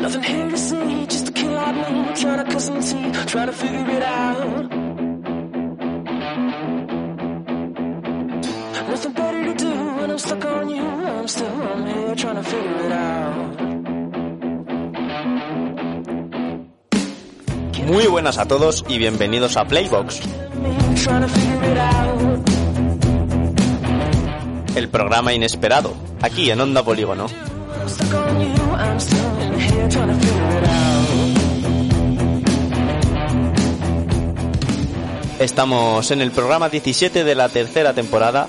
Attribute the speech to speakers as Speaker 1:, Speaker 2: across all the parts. Speaker 1: Nothing here to see, just a kid like me trying to cut some tea, trying to figure it out. Nothing better to do when I'm stuck on you. I'm still I'm here trying to figure it out.
Speaker 2: Muy buenas a todos y bienvenidos a Playbox,
Speaker 1: Me trying to figure it out.
Speaker 2: el programa inesperado, aquí en Onda Polígono.
Speaker 1: I'm stuck on you. I'm still in here trying to figure it out.
Speaker 2: Estamos en el programa 17 de la tercera temporada,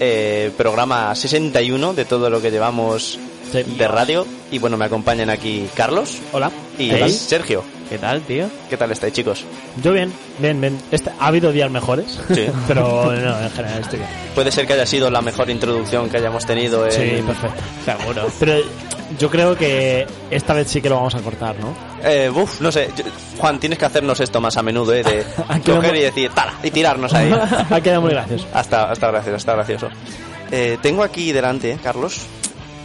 Speaker 2: eh, programa 61 de todo lo que llevamos
Speaker 3: Sí.
Speaker 2: de radio. Y bueno, me acompañan aquí Carlos
Speaker 3: Hola.
Speaker 2: y
Speaker 3: Hey.
Speaker 2: Sergio.
Speaker 3: ¿Qué tal, tío?
Speaker 2: ¿Qué tal estáis, chicos?
Speaker 3: Yo bien, bien, bien. Este- ha habido días mejores,
Speaker 2: Sí.
Speaker 3: pero no, en general estoy bien.
Speaker 2: Puede ser que haya sido la mejor introducción que hayamos tenido en...
Speaker 3: Sí, perfecto. Seguro. Pero yo creo que esta vez sí que lo vamos a cortar, ¿no?
Speaker 2: Eh, uf, no sé. Yo- Juan, tienes que hacernos esto más a menudo, ¿eh? De
Speaker 3: Aquí
Speaker 2: coger
Speaker 3: vamos.
Speaker 2: y decir, ¡tala! Y tirarnos ahí.
Speaker 3: ha quedado muy gracioso.
Speaker 2: Hasta, hasta gracioso, hasta gracioso. Eh, tengo aquí delante, eh, Carlos.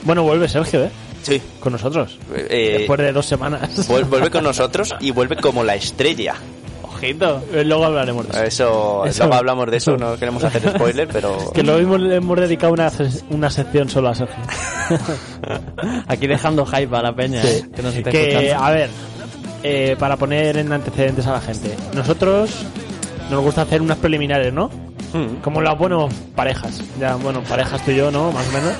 Speaker 3: Bueno, vuelve Sergio, ¿eh?
Speaker 2: Sí.
Speaker 3: Con nosotros.
Speaker 2: Eh,
Speaker 3: Después de dos semanas.
Speaker 2: vuel- vuelve con nosotros y vuelve como la estrella.
Speaker 3: Ojito. Eh, Luego hablaremos de eso.
Speaker 2: Eso,
Speaker 3: Eso-
Speaker 2: luego hablamos de eso,
Speaker 3: eso.
Speaker 2: no queremos hacer spoiler, pero...
Speaker 3: Que lo mismo le hemos dedicado una, ses- una sección solo a Sergio.
Speaker 4: Aquí dejando hype a la peña, eh, que nos está
Speaker 3: que,
Speaker 4: escuchando.
Speaker 3: a ver, eh, para poner en antecedentes a la gente. Nosotros nos gusta hacer unas preliminares, ¿no?
Speaker 2: Mm.
Speaker 3: Como las, bueno, parejas. Ya, bueno, parejas tú y yo, ¿no? Más o menos.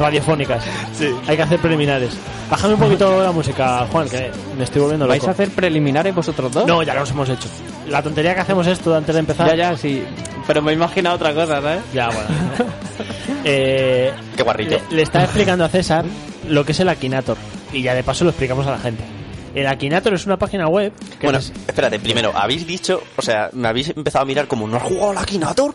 Speaker 3: Radiofónicas.
Speaker 2: Sí.
Speaker 3: Hay que hacer preliminares. Bájame un poquito la música, Juan, que me estoy volviendo loco.
Speaker 4: ¿Vais a hacer preliminares vosotros dos?
Speaker 3: No, ya los hemos hecho. La tontería que hacemos esto antes de empezar...
Speaker 4: Ya, ya, sí. Pero me imagina otra cosa, ¿sabes?
Speaker 3: Ya, bueno. eh,
Speaker 2: Qué guarrillo.
Speaker 3: Le, le estaba explicando a César lo que es el Akinator. Y ya de paso lo explicamos a la gente. El Akinator es una página web que
Speaker 2: Bueno,
Speaker 3: es-
Speaker 2: espérate, primero, habéis dicho, o sea, me habéis empezado a mirar como, ¿no has jugado a la Akinator?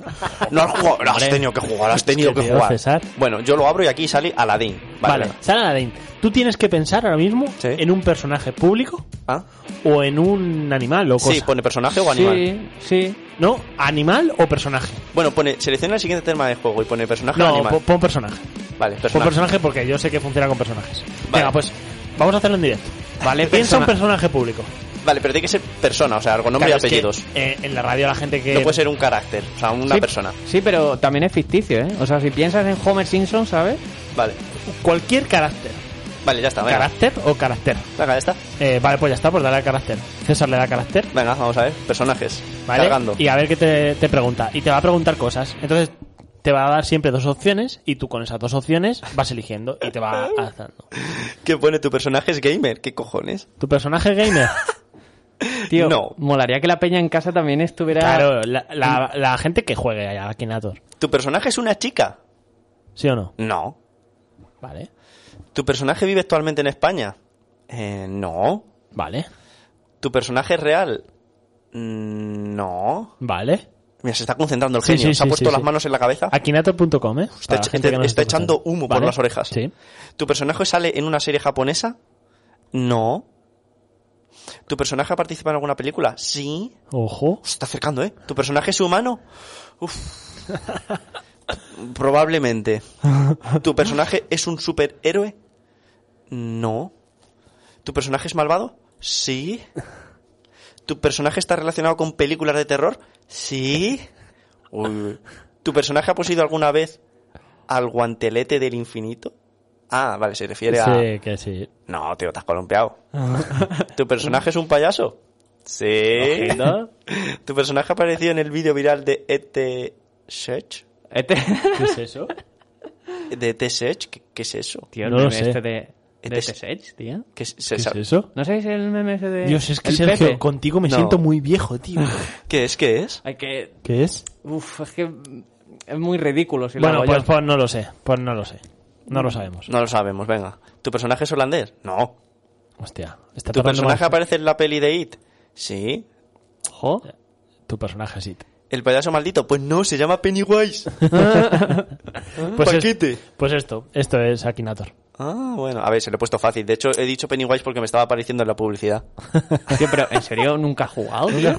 Speaker 2: ¿No has jugado? No, has tenido que jugar, has tenido que
Speaker 3: tío,
Speaker 2: jugar.
Speaker 3: César.
Speaker 2: Bueno, yo lo abro y aquí sale Aladdin.
Speaker 3: Vale, Sara Aladdin, tú tienes que pensar ahora mismo
Speaker 2: Sí.
Speaker 3: en un personaje público
Speaker 2: Ah,
Speaker 3: o en un animal o cosa.
Speaker 2: Sí, pone personaje o animal.
Speaker 4: Sí, sí.
Speaker 3: ¿No? ¿Animal o personaje?
Speaker 2: Bueno, pone, selecciona el siguiente tema de juego y pone personaje o
Speaker 3: No,
Speaker 2: animal.
Speaker 3: po- pon personaje.
Speaker 2: Vale,
Speaker 3: Pon
Speaker 2: personaje.
Speaker 3: personaje porque yo sé que funciona con personajes.
Speaker 2: Vale.
Speaker 3: Venga, pues vamos a hacerlo en directo.
Speaker 4: Vale,
Speaker 3: Piensa un
Speaker 4: persona-
Speaker 3: personaje público.
Speaker 2: Vale, pero tiene que ser persona, o sea, algo nombre
Speaker 3: Claro,
Speaker 2: y
Speaker 3: es que,
Speaker 2: apellidos.
Speaker 3: eh, en la radio la gente que...
Speaker 2: No puede ser un carácter, o sea, una
Speaker 4: Sí,
Speaker 2: persona.
Speaker 4: Sí, pero también es ficticio, ¿eh? O sea, si piensas en Homer Simpson, ¿sabes?
Speaker 2: Vale,
Speaker 3: Cualquier carácter.
Speaker 2: vale, ya está, venga.
Speaker 3: ¿Carácter o carácter?
Speaker 2: Venga, ya está.
Speaker 3: Eh, vale, pues ya está, pues dale a carácter. César le da carácter.
Speaker 2: Venga, vamos a ver, personajes.
Speaker 3: ¿vale?
Speaker 2: Cargando.
Speaker 3: Y a ver qué te, te pregunta. Y te va a preguntar cosas. Entonces te va a dar siempre dos opciones y tú con esas dos opciones vas eligiendo y te va alzando.
Speaker 2: ¿Qué pone tu personaje es gamer? ¿Qué cojones?
Speaker 3: ¿Tu personaje gamer?
Speaker 4: Tío,
Speaker 2: No.
Speaker 4: molaría que la peña en casa también estuviera...
Speaker 3: Claro, la, la- la gente que juegue a Akinator.
Speaker 2: ¿Tu personaje es una chica?
Speaker 3: ¿Sí o no?
Speaker 2: No.
Speaker 3: Vale.
Speaker 2: ¿Tu personaje vive actualmente en España? Eh, no.
Speaker 3: Vale.
Speaker 2: ¿Tu personaje es real? Mm, No.
Speaker 3: Vale.
Speaker 2: Mira, se está concentrando el
Speaker 3: Sí,
Speaker 2: genio.
Speaker 3: sí,
Speaker 2: se ha
Speaker 3: sí,
Speaker 2: puesto
Speaker 3: sí,
Speaker 2: las
Speaker 3: sí.
Speaker 2: manos en la cabeza.
Speaker 3: Akinator.com, ¿eh?
Speaker 2: Está,
Speaker 3: Para la
Speaker 2: echa-
Speaker 3: gente que
Speaker 2: está-
Speaker 3: nos
Speaker 2: está
Speaker 3: escuchando.
Speaker 2: echando humo por
Speaker 3: Vale.
Speaker 2: las orejas.
Speaker 3: Sí.
Speaker 2: ¿Tu personaje sale en una serie japonesa? No. ¿Tu personaje ha participado en alguna película? Sí.
Speaker 3: Ojo.
Speaker 2: Se está acercando, ¿eh? ¿Tu personaje es humano? Uf. Probablemente. ¿Tu personaje es un superhéroe? No. ¿Tu personaje es malvado? Sí. ¿Tu personaje está relacionado con películas de terror? Sí. Uy. ¿Tu personaje ha poseído alguna vez al guantelete del infinito? Ah, vale, se refiere a...
Speaker 3: Sí, que sí.
Speaker 2: No, tío, te has columpiado. ¿Tu personaje es un payaso? Sí.
Speaker 3: Ojito.
Speaker 2: ¿Tu personaje apareció en el vídeo viral de E.T. Search?
Speaker 4: Este...
Speaker 3: ¿Qué es eso?
Speaker 2: ¿De E.T. Search? ¿Qué, qué es eso?
Speaker 4: Tío, el
Speaker 3: No lo
Speaker 4: meme
Speaker 3: sé.
Speaker 4: este de...
Speaker 2: Este
Speaker 4: De
Speaker 2: es-
Speaker 4: T-Sage, tío.
Speaker 2: ¿Qué es,
Speaker 3: ¿Qué es
Speaker 2: César?
Speaker 3: eso?
Speaker 4: ¿No sabéis el meme ese de...
Speaker 3: Dios, es que
Speaker 4: el
Speaker 3: Sergio,
Speaker 4: Pepe?
Speaker 3: contigo me
Speaker 2: No. Ah.
Speaker 3: siento muy viejo, tío.
Speaker 2: ¿Qué es? ¿Qué es?
Speaker 4: Hay que...
Speaker 3: ¿Qué es?
Speaker 4: Uf, es que... Es muy ridículo si
Speaker 3: bueno,
Speaker 4: lo hago
Speaker 3: pues,
Speaker 4: yo.
Speaker 3: pues no lo sé. Pues no lo sé. No
Speaker 2: Mm.
Speaker 3: lo sabemos.
Speaker 2: No lo sabemos, venga. ¿Tu personaje es holandés? No.
Speaker 3: Hostia. Está
Speaker 2: ¿Tu
Speaker 3: tardando
Speaker 2: personaje
Speaker 3: más-
Speaker 2: aparece en la peli de It? Sí.
Speaker 4: Ojo.
Speaker 3: Tu personaje, sí.
Speaker 2: ¿El payaso maldito? Pues no, se llama Pennywise.
Speaker 3: Pues, es-
Speaker 2: Ah, Paquete.
Speaker 3: pues esto. Esto es Akinator.
Speaker 2: Ah, bueno. A ver, se lo he puesto fácil. De hecho, he dicho Pennywise porque me estaba apareciendo en la publicidad.
Speaker 3: pues-
Speaker 4: Tío, pero ¿en serio nunca has jugado? tío?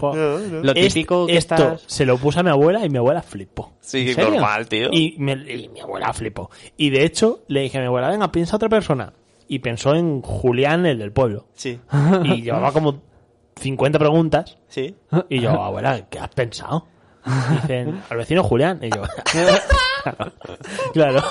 Speaker 4: Lo
Speaker 3: Est-
Speaker 4: típico que
Speaker 3: esto
Speaker 4: estás...
Speaker 3: se lo puse a mi abuela y mi abuela flipó.
Speaker 2: Sí,
Speaker 4: ¿En serio?
Speaker 2: normal, tío.
Speaker 3: Y, me- y mi abuela flipó. Y de hecho, le dije a mi abuela, venga, piensa otra persona. y pensó en Julián, el del pueblo.
Speaker 2: Sí,
Speaker 3: Y llevaba como 50 preguntas.
Speaker 2: sí.
Speaker 3: Y yo, abuela, ¿qué has pensado? Dicen, al vecino Julián. Y yo, claro.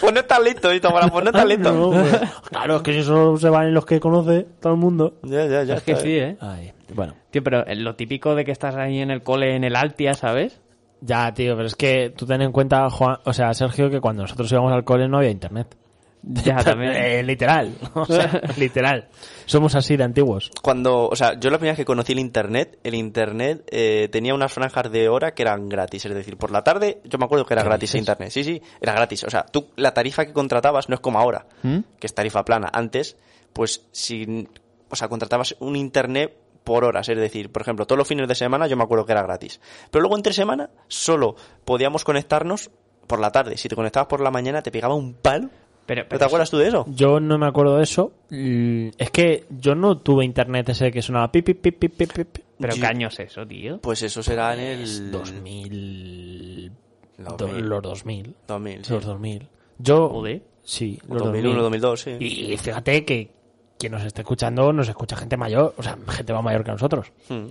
Speaker 2: Pone talento, y toma, pone talento.
Speaker 3: No, pues, claro, es que si solo se van en los que conoce todo el mundo.
Speaker 2: Ya, ya, ya.
Speaker 4: Es que
Speaker 2: está
Speaker 4: sí,
Speaker 2: bien.
Speaker 4: ¿eh?
Speaker 3: Ay, bueno.
Speaker 4: Tío, pero lo típico de que estás ahí en el cole, en el Altia, ¿sabes?
Speaker 3: Ya, tío, pero es que tú ten en cuenta, Juan, o sea, Sergio, que cuando nosotros íbamos al cole no había internet.
Speaker 4: Ya, también.
Speaker 3: Eh, literal, o sea, literal. Somos así de antiguos.
Speaker 2: Cuando, o sea, yo la primera vez que conocí el internet, el internet eh, tenía unas franjas de hora que eran gratis. Es decir, por la tarde, yo me acuerdo que era gratis el internet. Sí, sí, era gratis. O sea, tú, la tarifa que contratabas no es como ahora, que es tarifa plana. Antes, pues, si, o sea, contratabas un internet por horas. Es decir, por ejemplo, todos los fines de semana yo me acuerdo que era gratis. Pero luego entre semana solo podíamos conectarnos por la tarde. Si te conectabas por la mañana te pegaba un palo.
Speaker 4: Pero,
Speaker 2: ¿No te acuerdas tú de eso?
Speaker 3: Yo no me acuerdo de eso. Mm, Es que yo no tuve internet ese que sonaba pip, pip, pip, pip, pip, pip.
Speaker 4: Pero
Speaker 2: Yo-
Speaker 4: qué año es eso, tío.
Speaker 2: Pues eso será en
Speaker 3: Es
Speaker 2: el
Speaker 3: 2000...
Speaker 2: Los
Speaker 3: do-
Speaker 2: 2000.
Speaker 3: los 2000.
Speaker 2: 2000, sí.
Speaker 3: Los 2000. Yo...
Speaker 4: Joder.
Speaker 3: Sí,
Speaker 2: O
Speaker 3: los
Speaker 2: 2001,
Speaker 3: 2000.
Speaker 2: 2002, sí.
Speaker 3: Y fíjate que quien nos está escuchando nos escucha gente mayor, o sea, gente más mayor que nosotros.
Speaker 2: Hmm.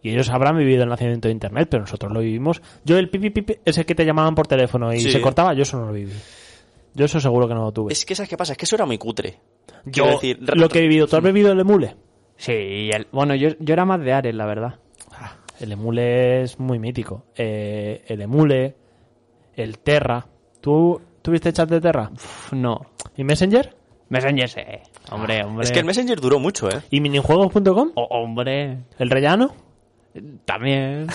Speaker 3: Y ellos habrán vivido el nacimiento de Internet, pero nosotros lo vivimos. Yo el pipi pipi, ese que te llamaban por teléfono y
Speaker 2: Sí.
Speaker 3: se cortaba, yo eso no lo viví. Yo eso seguro que no lo tuve.
Speaker 2: Es que, ¿sabes qué pasa? Es que eso era muy cutre.
Speaker 3: pues yo,
Speaker 2: Quiero decir, re-
Speaker 3: lo que he vivido, ¿tú has vivido el emule?
Speaker 4: Sí, y el- bueno, yo, yo era más de Ares, la verdad.
Speaker 3: Ah, El emule es muy mítico. Eh, el emule, el Terra. ¿Tú tuviste chat de Terra?
Speaker 4: Pf, no.
Speaker 3: ¿Y Messenger?
Speaker 4: Messenger, sí. Hombre,
Speaker 2: Ah,
Speaker 4: hombre.
Speaker 2: Es que el Messenger duró mucho, ¿eh?
Speaker 3: ¿Y minijuegos.com?
Speaker 2: Oh.
Speaker 4: O- hombre,
Speaker 3: ¿El rellano?
Speaker 4: también.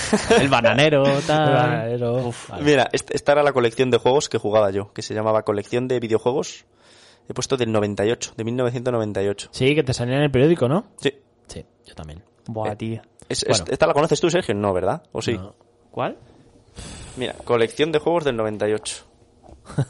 Speaker 4: El bananero,
Speaker 3: El
Speaker 4: tal.
Speaker 3: bananero. Vale.
Speaker 2: Mira, est- esta era la colección de juegos que jugaba yo, que se llamaba Colección de Videojuegos. He puesto del 98, de 1998.
Speaker 3: Sí, que te salía en el periódico, ¿no?
Speaker 2: Sí.
Speaker 3: Sí, yo también.
Speaker 4: Buah, tío.
Speaker 2: Es- es-
Speaker 3: Bueno.
Speaker 2: ¿Esta la conoces tú, Sergio? No, ¿verdad? ¿O sí?
Speaker 3: No.
Speaker 4: ¿Cuál?
Speaker 2: Mira, colección de juegos del 98.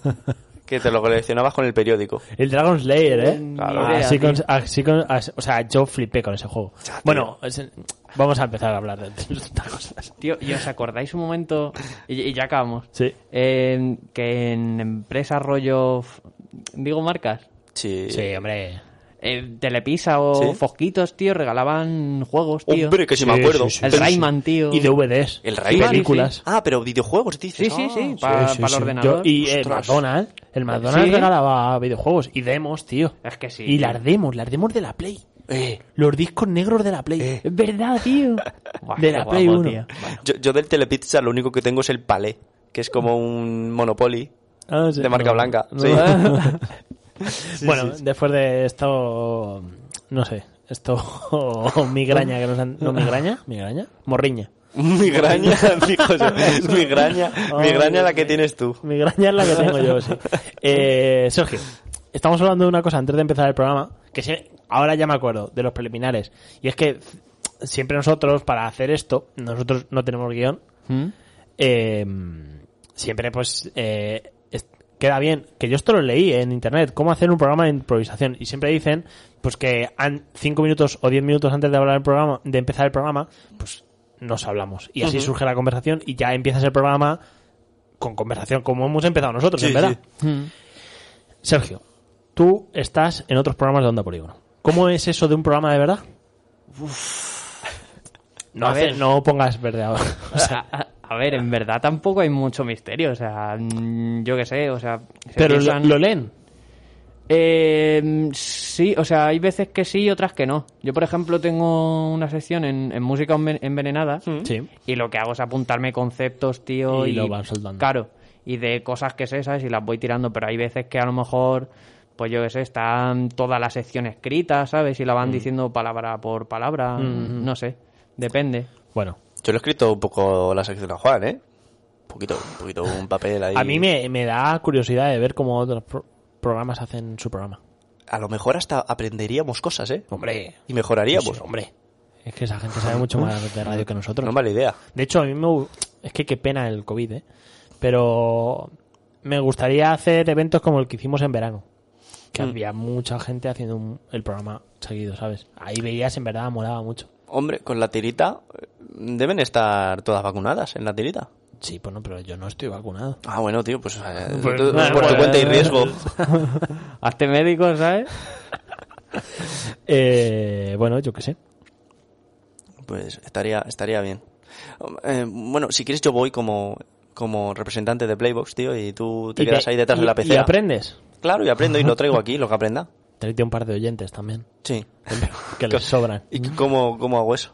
Speaker 2: que te lo coleccionabas con el periódico.
Speaker 3: El Dragon Slayer, ¿eh?
Speaker 2: Claro.
Speaker 3: Así
Speaker 4: Idea,
Speaker 3: con, así con- as- o sea, yo flipé con ese juego.
Speaker 2: Ya,
Speaker 3: bueno, es- vamos a empezar a hablar de de estas cosas.
Speaker 4: Tío, ¿y os acordáis un momento? Y, y ya acabamos.
Speaker 3: Sí.
Speaker 4: Eh, que en empresas rollo. f- Digo marcas.
Speaker 2: Sí.
Speaker 3: Sí, hombre.
Speaker 4: eh, Telepisa o
Speaker 2: Sí.
Speaker 4: Fosquitos, tío, regalaban juegos, tío.
Speaker 2: Hombre, que si me
Speaker 3: Sí,
Speaker 2: acuerdo.
Speaker 3: sí, sí.
Speaker 4: El
Speaker 2: Pero-
Speaker 4: Rayman, tío.
Speaker 3: Y DVDs.
Speaker 2: El Rayman.
Speaker 3: Películas.
Speaker 2: Ah, pero videojuegos, dices.
Speaker 4: Sí, sí,
Speaker 2: Ah,
Speaker 4: sí, para
Speaker 3: Oh. Sí, sí, sí.
Speaker 4: el ordenador.
Speaker 3: Yo- y eh, el
Speaker 2: Ostras.
Speaker 3: McDonald's. El McDonald's
Speaker 4: Sí.
Speaker 3: regalaba videojuegos y demos, tío.
Speaker 4: Es que sí.
Speaker 3: Y las demos, las demos de la Play.
Speaker 2: Eh,
Speaker 3: Los discos negros de la Play.
Speaker 4: Es verdad, tío.
Speaker 3: de la Play 1.
Speaker 2: Yo, yo del Telepizza lo único que tengo es el palé, que es como un Monopoly
Speaker 3: Ah, sí.
Speaker 2: de marca
Speaker 3: No.
Speaker 2: blanca.
Speaker 3: No.
Speaker 2: Sí.
Speaker 3: bueno, después de esto, no sé, esto migraña que nos han, no migraña, migraña, morriña.
Speaker 2: Migraña, Ah. dijo yo. Migraña,
Speaker 3: Ay,
Speaker 2: migraña la
Speaker 3: Dios
Speaker 2: que
Speaker 3: mío.
Speaker 2: tienes tú.
Speaker 3: Migraña es la que tengo yo, sí. Eh, Sergio, estamos hablando de una cosa antes de empezar el programa, que se- ahora ya me acuerdo, de los preliminares. Y es que siempre nosotros, para hacer esto, nosotros no tenemos guión,
Speaker 4: ¿Mm?
Speaker 3: eh, siempre pues eh, es- queda bien que yo esto lo leí en internet cómo hacer un programa de improvisación y siempre dicen pues que an- cinco minutos o diez minutos antes de hablar el programa de empezar el programa pues nos hablamos y así surge la conversación y ya empiezas el programa con conversación como hemos empezado nosotros
Speaker 2: Sí,
Speaker 3: en verdad
Speaker 4: Mm.
Speaker 3: Sergio tú estás en otros programas de onda polígono cómo es eso de un programa de verdad no,
Speaker 4: A
Speaker 3: hace-
Speaker 4: ver.
Speaker 3: no pongas verde ahora O sea,
Speaker 4: a, a- a ver, en verdad tampoco hay mucho misterio, o sea, mm, yo qué sé, o sea... se
Speaker 3: pero lo-
Speaker 4: piensan-
Speaker 3: lo leen
Speaker 4: Eh, sí, o sea, hay veces que sí y otras que no. Yo, por ejemplo, tengo una sección en, en música enven- envenenada
Speaker 3: Sí.
Speaker 4: y lo que hago es apuntarme conceptos, tío,
Speaker 3: Y
Speaker 4: y...
Speaker 3: lo van soltando.
Speaker 4: Claro, y de cosas que sé, ¿sabes? Y las voy tirando, pero hay veces que a lo mejor, pues yo qué sé, están toda la sección escrita, ¿sabes? Y la
Speaker 3: Mm.
Speaker 4: van diciendo palabra por palabra,
Speaker 3: Mm-hmm.
Speaker 4: no sé, depende.
Speaker 3: bueno
Speaker 2: Yo lo he escrito un poco la sección a Juan, ¿eh? Un poquito, un poquito, un papel ahí.
Speaker 3: A mí me, me da curiosidad de ver cómo otros pro- programas hacen su programa.
Speaker 2: A lo mejor hasta aprenderíamos cosas, ¿eh?
Speaker 3: Hombre.
Speaker 2: Y mejoraríamos.
Speaker 3: hombre. Es que esa gente sabe mucho más de radio que nosotros.
Speaker 2: No es mala idea.
Speaker 3: De hecho, a mí me... gu- Es que qué pena el COVID, ¿eh? Pero me gustaría hacer eventos como el que hicimos en verano. Que
Speaker 2: Mm.
Speaker 3: había mucha gente haciendo un- el programa seguido, ¿sabes? Ahí veías, en verdad, molaba mucho.
Speaker 2: Hombre, con la tirita eh, deben estar todas vacunadas en la tirita.
Speaker 3: Sí, pues no, pero yo no estoy vacunado.
Speaker 2: Ah, bueno, tío, pues, eh,
Speaker 3: Pues,
Speaker 2: tú-
Speaker 3: bueno,
Speaker 2: por tu
Speaker 3: pues,
Speaker 2: cuenta y riesgo.
Speaker 4: Hazte médico, ¿sabes?
Speaker 3: Eh, bueno, yo qué sé.
Speaker 2: Pues estaría, estaría bien. Eh, bueno, si quieres yo voy como, como representante de Playbox, tío, y tú te
Speaker 3: Y
Speaker 2: quedas ahí detrás
Speaker 3: y-
Speaker 2: de la
Speaker 3: Y
Speaker 2: PC.
Speaker 3: aprendes.
Speaker 2: Claro, y aprendo y lo traigo aquí, lo que aprenda.
Speaker 3: Tráete un par de oyentes también.
Speaker 2: Sí.
Speaker 3: Que les sobran.
Speaker 2: ¿Y c- cómo, cómo hago eso?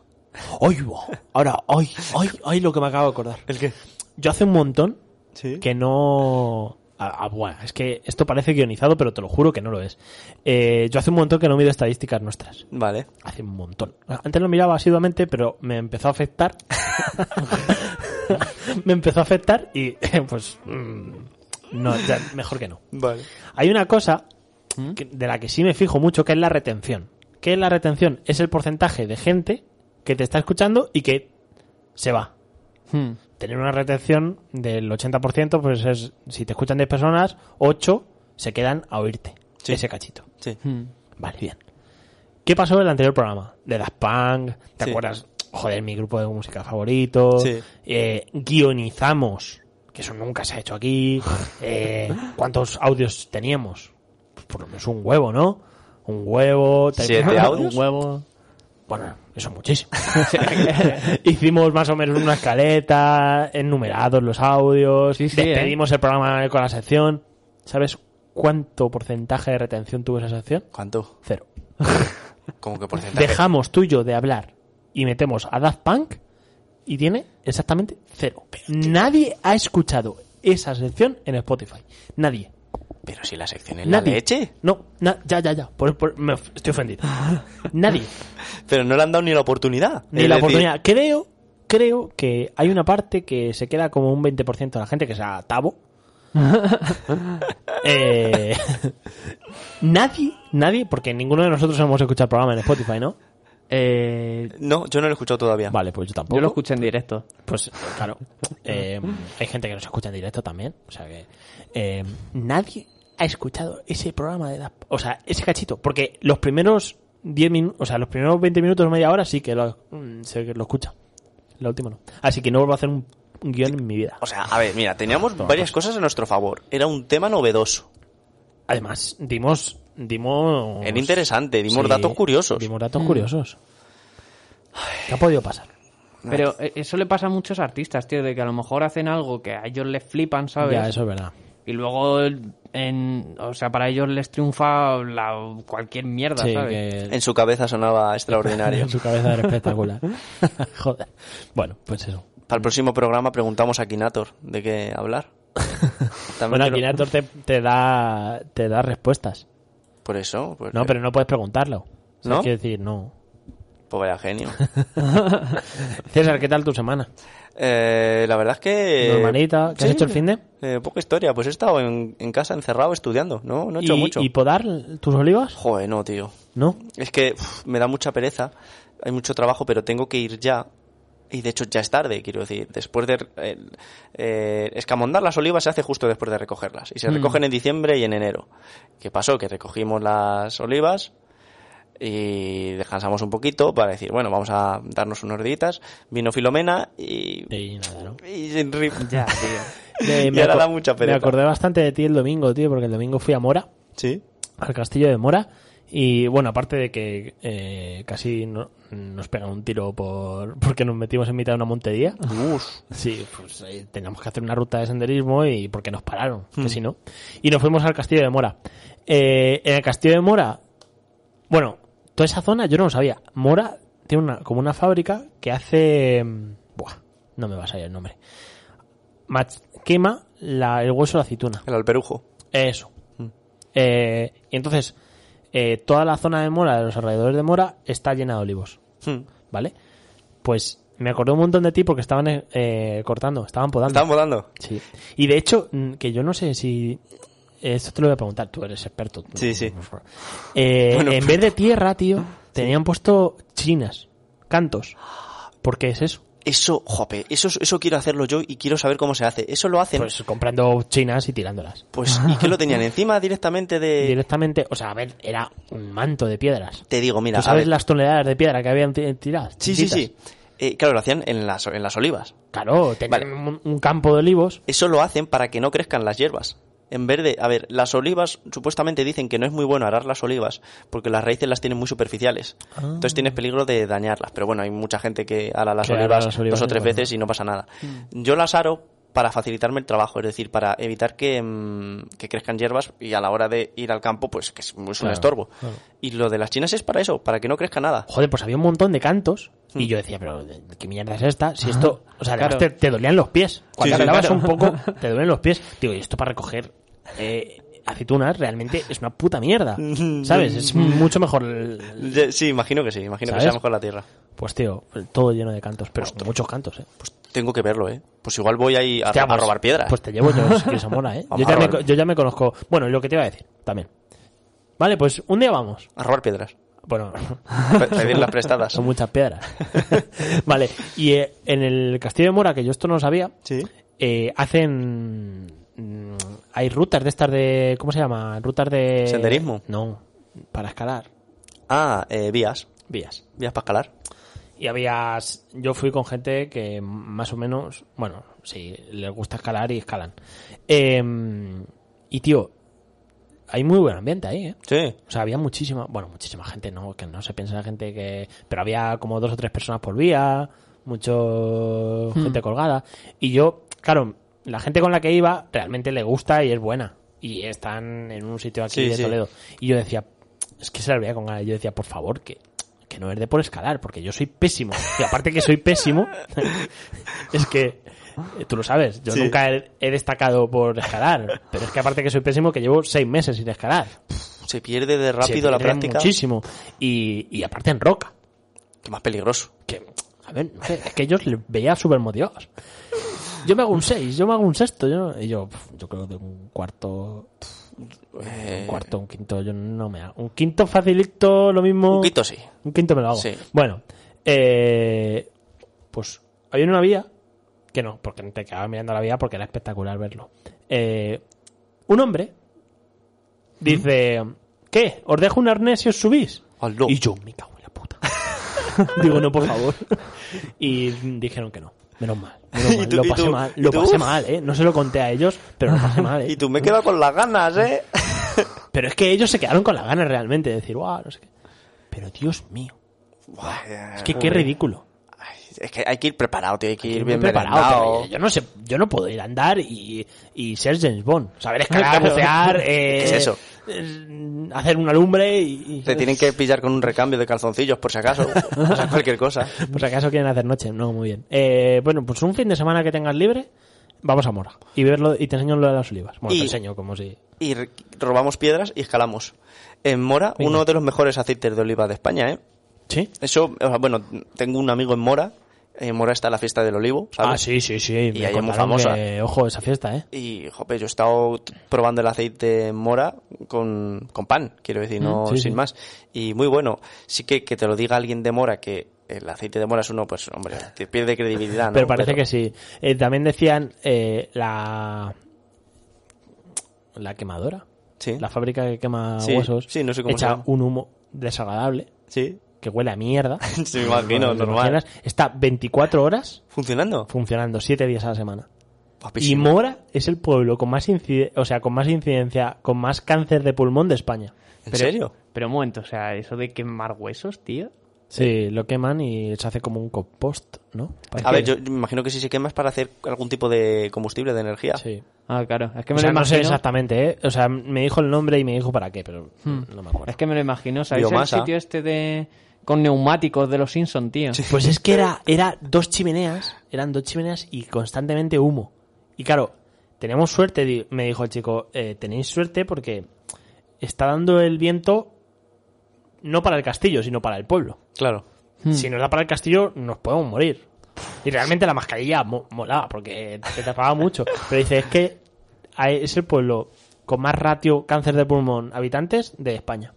Speaker 3: ¡Ay! wow. Ahora, ay, ay, ay, lo que me acabo de acordar.
Speaker 2: ¿El qué?
Speaker 3: Yo hace un montón
Speaker 2: Sí.
Speaker 3: que no. Ah, ah, bueno, es que esto parece guionizado, pero te lo juro que no lo es. Eh, yo hace un montón que no mido estadísticas nuestras.
Speaker 2: Vale.
Speaker 3: Hace un montón. Antes lo miraba asiduamente, pero me empezó a afectar. me empezó a afectar y pues. mm, no, ya, mejor que no.
Speaker 2: Vale.
Speaker 3: Hay una cosa que- de la que sí me fijo mucho, que es la retención. ¿Qué es la retención? Es el porcentaje de gente que te está escuchando y que se va.
Speaker 4: Hmm.
Speaker 3: Tener una retención del 80%, pues es, si te escuchan 10 personas, 8 se quedan a oírte.
Speaker 2: Sí.
Speaker 3: Ese cachito.
Speaker 2: Sí.
Speaker 4: Hmm.
Speaker 3: Vale, bien. ¿Qué pasó en el anterior programa? De las Punk, ¿te
Speaker 2: Sí.
Speaker 3: acuerdas? Joder, mi grupo de música favorito.
Speaker 2: Sí.
Speaker 3: Eh, guionizamos, que eso nunca se ha hecho aquí. Eh, ¿Cuántos audios teníamos? Pues por lo menos un huevo, ¿no? Un huevo. te-
Speaker 2: ¿Siete audios?
Speaker 3: Un huevo. Bueno, eso muchísimo. Hicimos más o menos una escaleta, enumerados los audios,
Speaker 4: Sí, sí,
Speaker 3: despedimos
Speaker 2: ¿eh?
Speaker 3: el programa con la sección. ¿Sabes cuánto porcentaje de retención tuvo esa sección?
Speaker 2: ¿Cuánto?
Speaker 3: Cero.
Speaker 2: ¿Cómo que porcentaje?
Speaker 3: Dejamos tuyo de hablar y metemos a Daft Punk y tiene exactamente cero. Nadie ha escuchado esa sección en Spotify. Nadie.
Speaker 2: Pero si la sección es la
Speaker 3: Nadie.
Speaker 2: leche.
Speaker 3: No, na- ya, ya, ya. Por- por- me of- estoy ofendido. Nadie.
Speaker 2: Pero no le han dado ni la oportunidad.
Speaker 3: Ni
Speaker 2: Es
Speaker 3: la
Speaker 2: decir,
Speaker 3: oportunidad. Creo, creo que hay una parte que se queda como un 20% de la gente, que es a Tabo. Eh, nadie, nadie, porque ninguno de nosotros hemos escuchado el programa en Spotify, ¿no?
Speaker 4: Eh,
Speaker 2: No, yo no lo he escuchado todavía.
Speaker 3: Vale, pues yo tampoco.
Speaker 4: yo lo escuché en directo.
Speaker 3: Pues claro, eh, hay gente que nos escucha en directo también. O sea que eh, nadie ha escuchado ese programa de Daft O sea, ese cachito. Porque los primeros 10 minutos, o sea, los primeros 20 minutos o media hora sí que lo, mm, sé que lo escucha. La última no. Así que no vuelvo a hacer un un guión en mi vida.
Speaker 2: O sea, a ver, mira, teníamos varias
Speaker 3: pues.
Speaker 2: cosas a nuestro favor. Era un tema novedoso.
Speaker 3: Además, dimos. dimos
Speaker 2: Era interesante, dimos
Speaker 3: sí,
Speaker 2: datos curiosos.
Speaker 3: Dimos datos curiosos. ¿Qué ha podido pasar?
Speaker 4: Pero eh, eso le pasa a muchos artistas, tío, de que a lo mejor hacen algo que a ellos les flipan, ¿sabes?
Speaker 3: Ya, eso es verdad.
Speaker 4: Y luego, en, o sea, para ellos les triunfa la, cualquier mierda,
Speaker 3: Sí,
Speaker 4: ¿sabes?
Speaker 3: que-
Speaker 2: En su cabeza sonaba extraordinario.
Speaker 3: En su cabeza era espectacular. Joder. Bueno, pues eso.
Speaker 2: Para el próximo programa preguntamos a Kinator de qué hablar. También
Speaker 3: Bueno,
Speaker 2: te lo-
Speaker 3: aquí Nartor te, te da te da respuestas.
Speaker 2: Por eso, pues,
Speaker 3: No, pero no puedes preguntarlo. O sea,
Speaker 2: ¿No?
Speaker 3: Quiero decir, no.
Speaker 2: pobre pues genio.
Speaker 3: César, ¿qué tal tu semana?
Speaker 2: Eh, la verdad es que...
Speaker 3: Normalita. ¿Qué has
Speaker 2: Sí,
Speaker 3: hecho el fin de?
Speaker 2: eh, poca historia, pues he estado en, en casa encerrado estudiando, ¿no? No he hecho
Speaker 3: ¿Y,
Speaker 2: mucho.
Speaker 3: y podar tus olivas?
Speaker 2: Joder, no, tío.
Speaker 3: No.
Speaker 2: Es que uf, me da mucha pereza, hay mucho trabajo, pero tengo que ir ya. Y de hecho ya es tarde, quiero decir. Después de... eh, eh, escamondar las olivas se hace justo después de recogerlas. Y se recogen en diciembre y en enero. ¿Qué pasó? Que recogimos las olivas y descansamos un poquito para decir, bueno, vamos a darnos unas horditas. Vino Filomena y...
Speaker 3: Y nada, ¿no?
Speaker 2: y sin rip.
Speaker 4: Ya, tío.
Speaker 3: Eh,
Speaker 2: Y ahora
Speaker 3: aco-
Speaker 2: da mucha pereza.
Speaker 3: Me acordé bastante de ti el domingo, tío, porque el domingo fui a Mora,
Speaker 2: Sí.
Speaker 3: al castillo de Mora. Y bueno, aparte de que eh, casi no- nos pegan un tiro por porque nos metimos en mitad de una montería. Sí, pues eh, teníamos que hacer una ruta de senderismo y porque nos pararon, que si no. Y nos fuimos al Castillo de Mora. Eh, en el Castillo de Mora, bueno, toda esa zona yo no lo sabía. Mora tiene una, como una fábrica que hace... mm, Buah, no me va a salir el nombre. Mach- quema la- el hueso de la aceituna.
Speaker 2: El alperujo.
Speaker 3: Eso. Eh, y entonces, eh, toda la zona de Mora, de los alrededores de Mora, está llena de olivos.
Speaker 2: Hmm.
Speaker 3: ¿vale? Pues me acordé un montón de ti porque estaban eh, eh, cortando, estaban podando.
Speaker 2: Estaban volando.
Speaker 3: Sí. Y de hecho, mm, que yo no sé si... Esto te lo voy a preguntar, tú eres experto. tú.
Speaker 2: Sí, sí.
Speaker 3: Eh,
Speaker 2: Bueno,
Speaker 3: en vez de tierra, tío, tenían puesto chinas, cantos. ¿Por qué es eso?
Speaker 2: Eso, jope, eso, eso quiero hacerlo yo y quiero saber cómo se hace. Eso lo hacen.
Speaker 3: Pues comprando chinas y tirándolas.
Speaker 2: Pues, ¿y qué lo tenían encima directamente de...?
Speaker 3: Directamente, o sea, a ver, era un manto de piedras.
Speaker 2: Te digo, mira,
Speaker 3: ¿Tú
Speaker 2: a
Speaker 3: sabes
Speaker 2: ver.
Speaker 3: las toneladas de piedra que habían ti- tiradas?
Speaker 2: Sí, sí,
Speaker 3: Tiritas.
Speaker 2: sí. eh, claro, lo hacían en las, en las olivas.
Speaker 3: Claro, tenían
Speaker 2: Vale.
Speaker 3: un, un campo de olivos.
Speaker 2: Eso lo hacen para que no crezcan las hierbas. En vez de, a ver, las olivas supuestamente dicen que no es muy bueno arar las olivas porque las raíces las tienen muy superficiales.
Speaker 3: Ah.
Speaker 2: Entonces tienes peligro de dañarlas. Pero bueno, hay mucha gente que ara las,
Speaker 3: Que ara
Speaker 2: olivas,
Speaker 3: las olivas
Speaker 2: dos o
Speaker 3: y
Speaker 2: tres
Speaker 3: bueno. Mm.
Speaker 2: veces y no pasa nada. Yo las aro para facilitarme el trabajo, es decir, para evitar que, mm, que crezcan hierbas y a la hora de ir al campo, pues que es, es un
Speaker 3: Claro,
Speaker 2: estorbo.
Speaker 3: claro.
Speaker 2: Y lo de las chinas es para eso, para que no crezca nada.
Speaker 3: Joder, pues había un montón de cantos.
Speaker 2: Mm.
Speaker 3: Y yo decía, pero ¿qué mierda es esta? Si esto. O sea, además
Speaker 4: Claro.
Speaker 3: te, te dolían los pies. Cuando
Speaker 2: sí,
Speaker 3: hablabas
Speaker 2: claro.
Speaker 3: un poco, te duelen los pies. Digo, y esto para recoger eh, aceitunas realmente es una puta mierda. ¿Sabes? Es mucho mejor. el-
Speaker 2: Ya- Sí, imagino que sí, imagino
Speaker 3: ¿Sabes?
Speaker 2: que sea mejor la tierra.
Speaker 3: Pues tío, todo lleno de cantos, pero muchos cantos, ¿eh?
Speaker 2: Pues tengo que verlo, ¿eh? Pues igual voy ahí a,
Speaker 3: Hostia,
Speaker 2: a
Speaker 3: pues-
Speaker 2: robar piedras.
Speaker 3: Pues te llevo yo, si quieres, a Mora, ¿eh?
Speaker 2: Vamos
Speaker 3: Yo
Speaker 2: a
Speaker 3: ya, me,
Speaker 2: robar.
Speaker 3: co- yo ya me conozco. Bueno, y lo que te iba a decir, también. Vale, pues un día vamos.
Speaker 2: A robar piedras.
Speaker 3: Bueno,
Speaker 2: Pe- Pedir las prestadas.
Speaker 3: son muchas piedras. vale, y eh, en el Castillo de Mora, que yo esto no lo sabía,
Speaker 2: Sí.
Speaker 3: eh, hacen... mm, Hay rutas de estas de... ¿Cómo se llama? Rutas de...
Speaker 2: ¿Senderismo?
Speaker 3: No, para escalar.
Speaker 2: Ah, eh, vías.
Speaker 3: Vías.
Speaker 2: Vías para escalar.
Speaker 3: Y había. Yo fui con gente que más o menos. Bueno, sí, les gusta escalar y escalan. Eh, y tío, hay muy buen ambiente ahí, ¿eh?
Speaker 2: Sí.
Speaker 3: O sea, había muchísima. Bueno, muchísima gente, no, que no se piensa la gente que. Pero había como dos o tres personas por vía, mucho gente colgada. Y yo, claro, la gente con la que iba realmente le gusta y es buena. Y están en un sitio aquí
Speaker 2: Sí,
Speaker 3: de
Speaker 2: sí.
Speaker 3: Toledo. Y yo decía, es que se la veía con ganas. Yo decía, por favor, que, que no es de por escalar, porque yo soy pésimo. Y aparte que soy pésimo, es que eh, tú lo sabes, yo
Speaker 2: Sí.
Speaker 3: nunca he, he destacado por escalar. Pero es que aparte que soy pésimo, que llevo seis meses sin escalar.
Speaker 2: Se pierde de rápido
Speaker 3: Se
Speaker 2: la
Speaker 3: pierden
Speaker 2: práctica.
Speaker 3: Muchísimo. Y, y aparte en roca.
Speaker 2: Que más peligroso.
Speaker 3: Que, a ver, no sé, es que ellos les veía súper motivados. Yo me hago un 6, yo me hago un sexto. Yo, y yo, pf, yo creo que un cuarto, un
Speaker 2: Eh,
Speaker 3: cuarto, un quinto, yo no me hago. Un quinto facilito, lo mismo.
Speaker 2: un quito sí.
Speaker 3: Un quinto me lo hago.
Speaker 2: Sí.
Speaker 3: Bueno, eh, pues había una vía, que no, porque te quedaba mirando la vía porque era espectacular verlo. Eh, un hombre dice, ¿qué? ¿Os dejo un arnés si os subís?
Speaker 2: Aló.
Speaker 3: Y yo, me cago en la puta. Digo, no, por favor. Y dijeron que no. Menos mal. menos
Speaker 2: ¿Y
Speaker 3: mal.
Speaker 2: tú-
Speaker 3: lo
Speaker 2: y
Speaker 3: pasé
Speaker 2: tú-
Speaker 3: mal.
Speaker 2: y
Speaker 3: Lo
Speaker 2: tú?
Speaker 3: pasé mal, ¿eh? No se lo conté a ellos, pero lo pasé mal, ¿eh?
Speaker 2: Y tú me he quedado con las ganas, ¿eh?
Speaker 3: Pero es que ellos se quedaron con las ganas realmente de decir, guau, no sé qué. Pero Dios mío.
Speaker 2: Buah,
Speaker 3: Es que qué ridículo.
Speaker 2: ay, es que hay que ir preparado, tío. Hay que ir
Speaker 3: Muy
Speaker 2: bien
Speaker 3: preparado,
Speaker 2: preparado.
Speaker 3: pero yo no sé, yo no puedo ir a andar y, y ser James Bond. Saber escalar, bucear, eh,
Speaker 2: ¿Qué es eso?
Speaker 3: eh, hacer una lumbre y... y-
Speaker 2: Te tienen que pillar con un recambio de calzoncillos, por si acaso. o sea, cualquier cosa.
Speaker 3: Por si acaso quieren hacer noche. No, muy bien. Eh, bueno, pues un fin de semana que tengas libre, vamos a Mora. Y verlo y te enseño lo de las olivas. Bueno,
Speaker 2: Y-
Speaker 3: te enseño como si...
Speaker 2: Y re- robamos piedras y escalamos. En Mora,
Speaker 3: Venga.
Speaker 2: uno de los mejores aceites de oliva de España, ¿eh?
Speaker 3: ¿Sí?
Speaker 2: Eso, o sea, bueno, tengo un amigo en Mora. En Mora está la fiesta del olivo, ¿sabes?
Speaker 3: Ah, sí, sí, sí. me
Speaker 2: Y ahí es muy
Speaker 3: contaron
Speaker 2: famosa. Ah,
Speaker 3: que- ojo, esa fiesta, ¿eh?
Speaker 2: Y, jope, yo he estado t- probando el aceite en mora con, con pan, quiero decir, no
Speaker 3: Mm, sí,
Speaker 2: sin
Speaker 3: sí.
Speaker 2: más. Y muy bueno. Sí que que te lo diga alguien de mora que el aceite de mora es uno, pues, hombre, te pierde credibilidad, ¿no?
Speaker 3: Pero parece
Speaker 2: Pero-
Speaker 3: que sí. Eh, también decían eh, la... La quemadora.
Speaker 2: Sí.
Speaker 3: La fábrica que quema
Speaker 2: Sí,
Speaker 3: huesos.
Speaker 2: sí, no sé cómo se
Speaker 3: Echa
Speaker 2: llama.
Speaker 3: un humo desagradable
Speaker 2: Sí.
Speaker 3: que huele a mierda.
Speaker 2: Sí, me imagino,
Speaker 3: ¿Te
Speaker 2: normal.
Speaker 3: imaginas? Está 24 horas
Speaker 2: ¿Funcionando?
Speaker 3: funcionando, 7 días a la semana. Y
Speaker 2: Guapísimo.
Speaker 3: Mora es el pueblo con más incide- o sea, con más incidencia, con más cáncer de pulmón de España.
Speaker 2: ¿En
Speaker 4: Pero-
Speaker 2: serio?
Speaker 4: Pero un momento, o sea, eso de quemar huesos, tío.
Speaker 3: Sí, lo queman y se hace como un compost, ¿no? Parece
Speaker 2: A ver,
Speaker 3: que-
Speaker 2: yo me imagino que si se quema es para hacer algún tipo de combustible, de energía.
Speaker 3: Sí.
Speaker 4: Ah, claro. Es que
Speaker 3: O
Speaker 4: me
Speaker 3: sea,
Speaker 4: lo
Speaker 3: no sé
Speaker 4: imagino.
Speaker 3: exactamente, ¿eh? O sea, me dijo el nombre y me dijo para qué, pero
Speaker 2: Hmm.
Speaker 3: no me acuerdo.
Speaker 4: es que me lo imagino. ¿Sabéis
Speaker 2: Biomasa.
Speaker 4: el sitio este de. con neumáticos de los Simpson, tío?
Speaker 3: Pues es que era, era dos chimeneas, eran dos chimeneas y constantemente humo. Y claro, tenemos suerte, di- me dijo el chico, eh, tenéis suerte porque está dando el viento no para el castillo, sino para el pueblo.
Speaker 2: Claro.
Speaker 3: Si nos da para el castillo, nos podemos morir. Y realmente la mascarilla mo- molaba porque te tapaba mucho. Pero dice, es que hay- es el pueblo con más ratio cáncer de pulmón habitantes de España.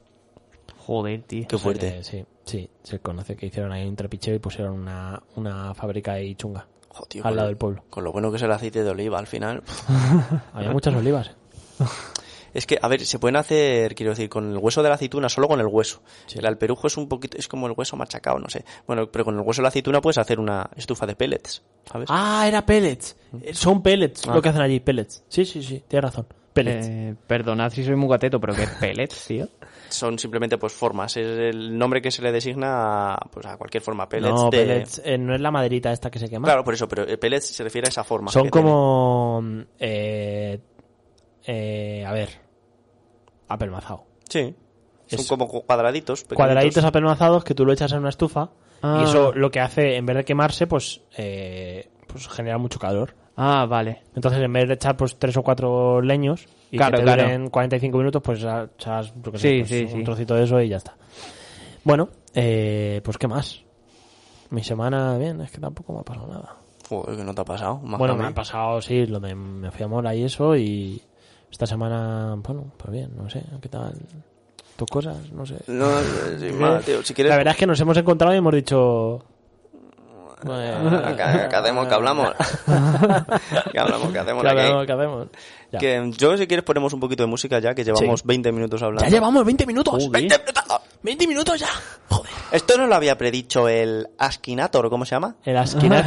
Speaker 4: Joder, tío.
Speaker 2: Qué
Speaker 3: O sea que
Speaker 2: fuerte.
Speaker 3: sí, sí, se conoce que hicieron ahí un trapicheo y pusieron una, una fábrica ahí chunga.
Speaker 2: Jo, tío,
Speaker 3: al
Speaker 2: con-
Speaker 3: lado del pueblo.
Speaker 2: Con lo bueno que es el aceite de oliva, al final.
Speaker 3: Había muchas olivas.
Speaker 2: Es que, a ver, se pueden hacer, quiero decir, con el hueso de la aceituna, solo con el hueso. El alperujo es un poquito, es como el hueso machacado, no sé. Bueno, pero con el hueso de la aceituna puedes hacer una estufa de pellets, ¿sabes?
Speaker 3: Ah, era pellets. Eh, Son pellets
Speaker 2: Ah.
Speaker 3: lo que hacen allí, pellets. Sí, sí, sí, tienes razón. Pellets.
Speaker 4: Eh, perdonad si soy muy gateto, pero que es pellets, tío.
Speaker 2: Son simplemente, pues, formas. Es el nombre que se le designa a, pues, a cualquier forma. Pellets
Speaker 3: no,
Speaker 2: de-
Speaker 3: pellets eh, no es la maderita esta que se quema.
Speaker 2: Claro, por eso, pero eh, pellets se refiere a esa forma.
Speaker 3: Son
Speaker 2: que
Speaker 3: como... mm, eh, eh, a ver. Apelmazado.
Speaker 2: tiene. Sí. Son
Speaker 3: Es-
Speaker 2: como cuadraditos. pequeñitos.
Speaker 3: Cuadraditos apelmazados que tú lo echas en una estufa
Speaker 4: Ah.
Speaker 3: y eso lo que hace, en vez de quemarse, pues, eh, pues genera mucho calor.
Speaker 4: Ah, vale.
Speaker 3: Entonces, en vez de echar pues tres o cuatro leños y
Speaker 4: Claro,
Speaker 3: que te
Speaker 4: claro.
Speaker 3: duren 45 minutos, pues ya echas yo qué sé,
Speaker 4: Sí,
Speaker 3: pues,
Speaker 4: sí,
Speaker 3: un
Speaker 4: sí.
Speaker 3: trocito de eso y ya está. Bueno, eh, pues qué más. Mi semana, bien, es que tampoco me ha pasado nada.
Speaker 2: Joder, que no te ha pasado. más
Speaker 3: bueno,
Speaker 2: que a
Speaker 3: me
Speaker 2: mí.
Speaker 3: han pasado, sí, lo de me fui a Mola y eso, y esta semana, bueno, pues bien, no sé, ¿qué tal? ¿Tus cosas? No sé.
Speaker 2: No, eh, sin más, tío. Si quieres,
Speaker 3: La verdad es que nos hemos encontrado y hemos dicho... Bueno,
Speaker 2: ¿qué, qué hacemos? ¿Qué hablamos? ¿Qué hablamos? ¿Qué hacemos?
Speaker 3: ¿qué
Speaker 2: aquí?
Speaker 3: hacemos? ¿Qué hacemos? Ya.
Speaker 2: Que yo, si quieres, ponemos un poquito de música ya, que llevamos 20 minutos hablando.
Speaker 3: Ya llevamos 20 minutos.
Speaker 4: Joder.
Speaker 2: 20 minutos.
Speaker 3: 20 minutos ya. Joder.
Speaker 2: Esto no lo había predicho el Askinator, ¿cómo se llama?
Speaker 3: En la esquina.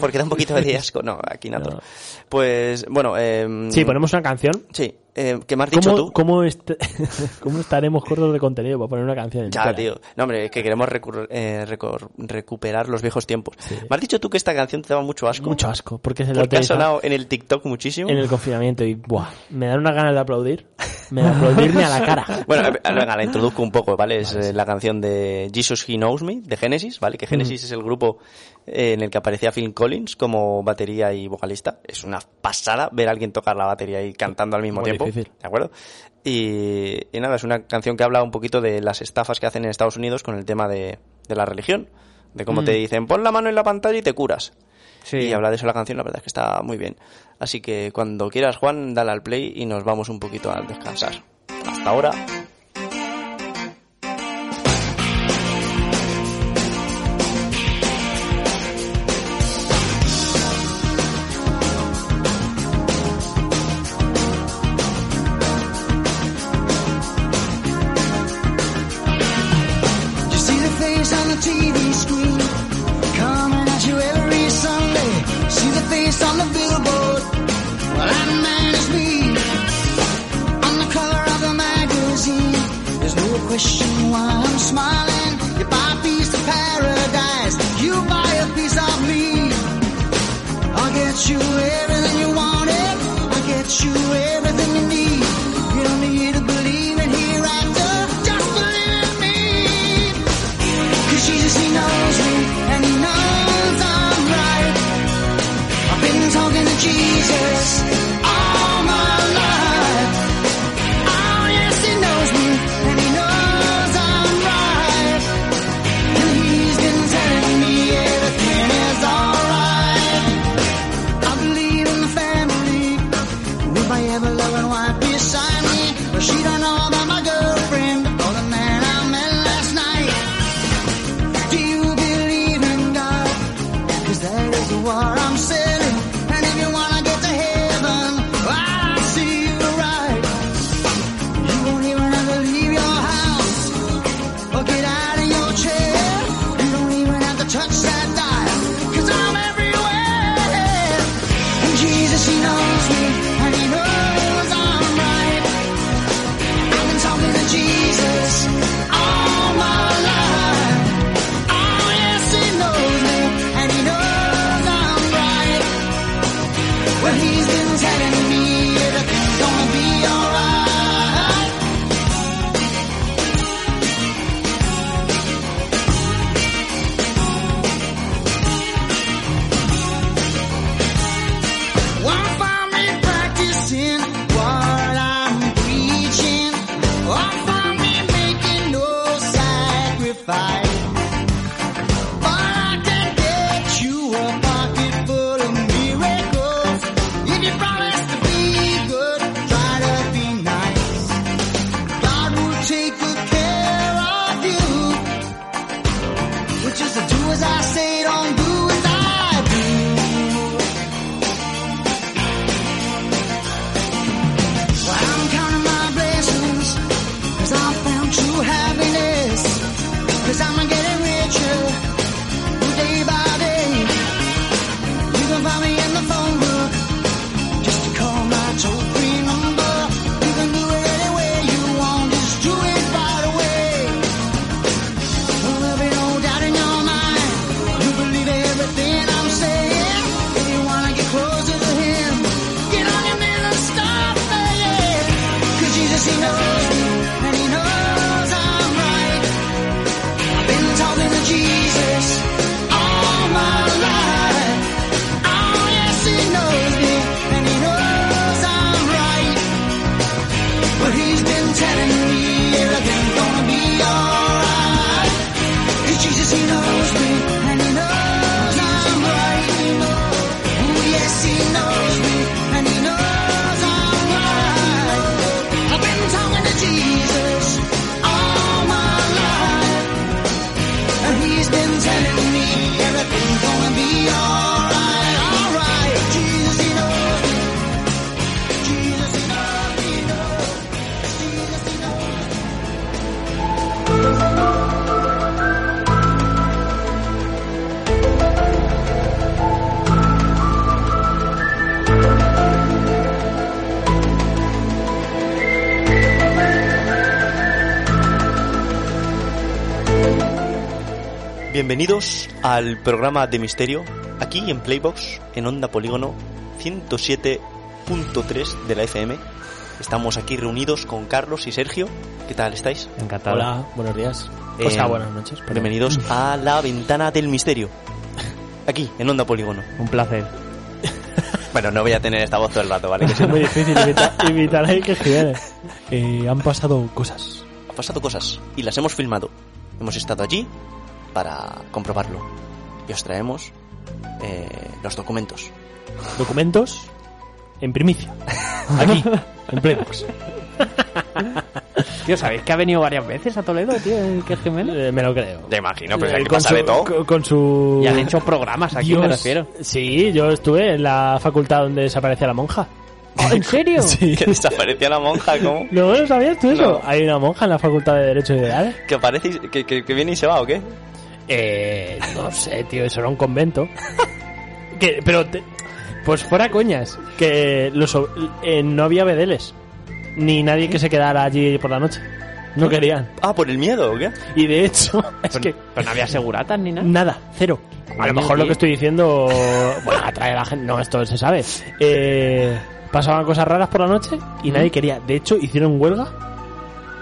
Speaker 2: Porque da un poquito de asco. No, Akinator.
Speaker 3: No.
Speaker 2: Pues, bueno, eh,
Speaker 3: Sí, ponemos una canción.
Speaker 2: Sí, eh, ¿qué me has dicho
Speaker 3: ¿Cómo,
Speaker 2: tú?
Speaker 3: cómo, est- cómo estaremos cortos de contenido para poner una canción?
Speaker 2: Ya,
Speaker 3: entera?
Speaker 2: tío. No, hombre, es que queremos recurr- eh, recor- recuperar los viejos tiempos. Me has dicho tú que esta canción te daba mucho asco.
Speaker 3: Mucho asco, porque se lo
Speaker 2: Porque ha
Speaker 3: utiliza
Speaker 2: sonado en el TikTok muchísimo.
Speaker 3: en el confinamiento y buah, me dan unas ganas de aplaudir. Me da aplaudirme a la cara.
Speaker 2: Bueno, eh, venga, la introduzco un poco, ¿vale? Es eh, la canción de Jesus He Knows Me, de Genesis, ¿vale?
Speaker 3: Mm.
Speaker 2: Que Genesis es el grupo eh, en el que aparecía Phil Collins como batería y vocalista. Es una pasada ver a alguien tocar la batería y cantando al mismo
Speaker 3: Muy
Speaker 2: tiempo.
Speaker 3: difícil.
Speaker 2: ¿De acuerdo? Y, y nada, es una canción que habla un poquito de las estafas que hacen en Estados Unidos con el tema de, de la religión. De cómo te
Speaker 3: Mm.
Speaker 2: dicen, pon la mano en la pantalla y te curas.
Speaker 4: Sí.
Speaker 2: Y habla de eso la canción, la verdad es que está muy bien. Así que cuando quieras, Juan, dale al play y nos vamos un poquito a descansar. Hasta ahora.
Speaker 5: You see the face on the TV screen coming at you every Sunday. See the face on the billboard. Well, that man is me. On the cover of the magazine, there's no question why I'm smiling. You buy a piece of paradise, you buy a piece of me. I'll get you everything you wanted. I'll get you everything you need. You don't need to believe in hereafter. Just believe in me. Cause Jesus, he knows me, and he knows I'm right. I've been talking to Jesus all my life. Oh, yes, he knows me, and he knows I'm right. Oh, Oh,
Speaker 2: Bienvenidos al programa de misterio, aquí en Playbox, en Onda Polígono 107.3 de la FM. Estamos aquí reunidos con Carlos y Sergio. ¿Qué tal estáis?
Speaker 4: Encantado.
Speaker 3: Hola, buenos días.
Speaker 2: Eh,
Speaker 3: o sea, buenas noches. perdón.
Speaker 2: Bienvenidos a la ventana del misterio, aquí en Onda Polígono.
Speaker 4: Un placer.
Speaker 2: Bueno, no voy a tener esta voz todo el rato, ¿vale? Que si no,
Speaker 3: Es muy difícil imitar, imitar a Iker Jiménez. Eh, han pasado cosas.
Speaker 2: han pasado cosas y las hemos filmado. Hemos estado allí para comprobarlo. Y os traemos eh, los documentos.
Speaker 3: Documentos en primicia. Aquí, en Playbox.
Speaker 4: Tío, ¿sabéis que ha venido varias veces a Toledo, tío, el que es gemelo?
Speaker 3: Eh, me lo creo.
Speaker 2: Te imagino,
Speaker 3: Eh, con, su, co- con su...
Speaker 4: Y han hecho programas aquí, me
Speaker 3: Dios.
Speaker 4: refiero.
Speaker 3: Sí, yo estuve en la facultad donde desaparece la monja.
Speaker 4: Ah, ¿En serio?
Speaker 3: Sí.
Speaker 2: Que desapareció la monja, ¿cómo?
Speaker 3: ¿No lo sabías tú eso?
Speaker 2: No.
Speaker 3: Hay una monja en la facultad de Derecho Ideal.
Speaker 2: ¿Que aparece y- que, que- que viene y se va o qué?
Speaker 3: Eh, no sé, tío, eso era un convento. que, pero, te- pues fuera coñas, que los, ob- eh, no había bedeles, ni nadie que se quedara allí por la noche. No querían.
Speaker 2: Ah, por el miedo o qué?
Speaker 3: Y de hecho, es que
Speaker 4: Pero no había seguratas ni nada.
Speaker 3: nada, cero. A lo
Speaker 4: Coño,
Speaker 3: mejor lo
Speaker 4: tío.
Speaker 3: que estoy diciendo, bueno, atrae a la gente, no, esto se sabe. Eh, pasaban cosas raras por la noche y nadie quería. De hecho, hicieron huelga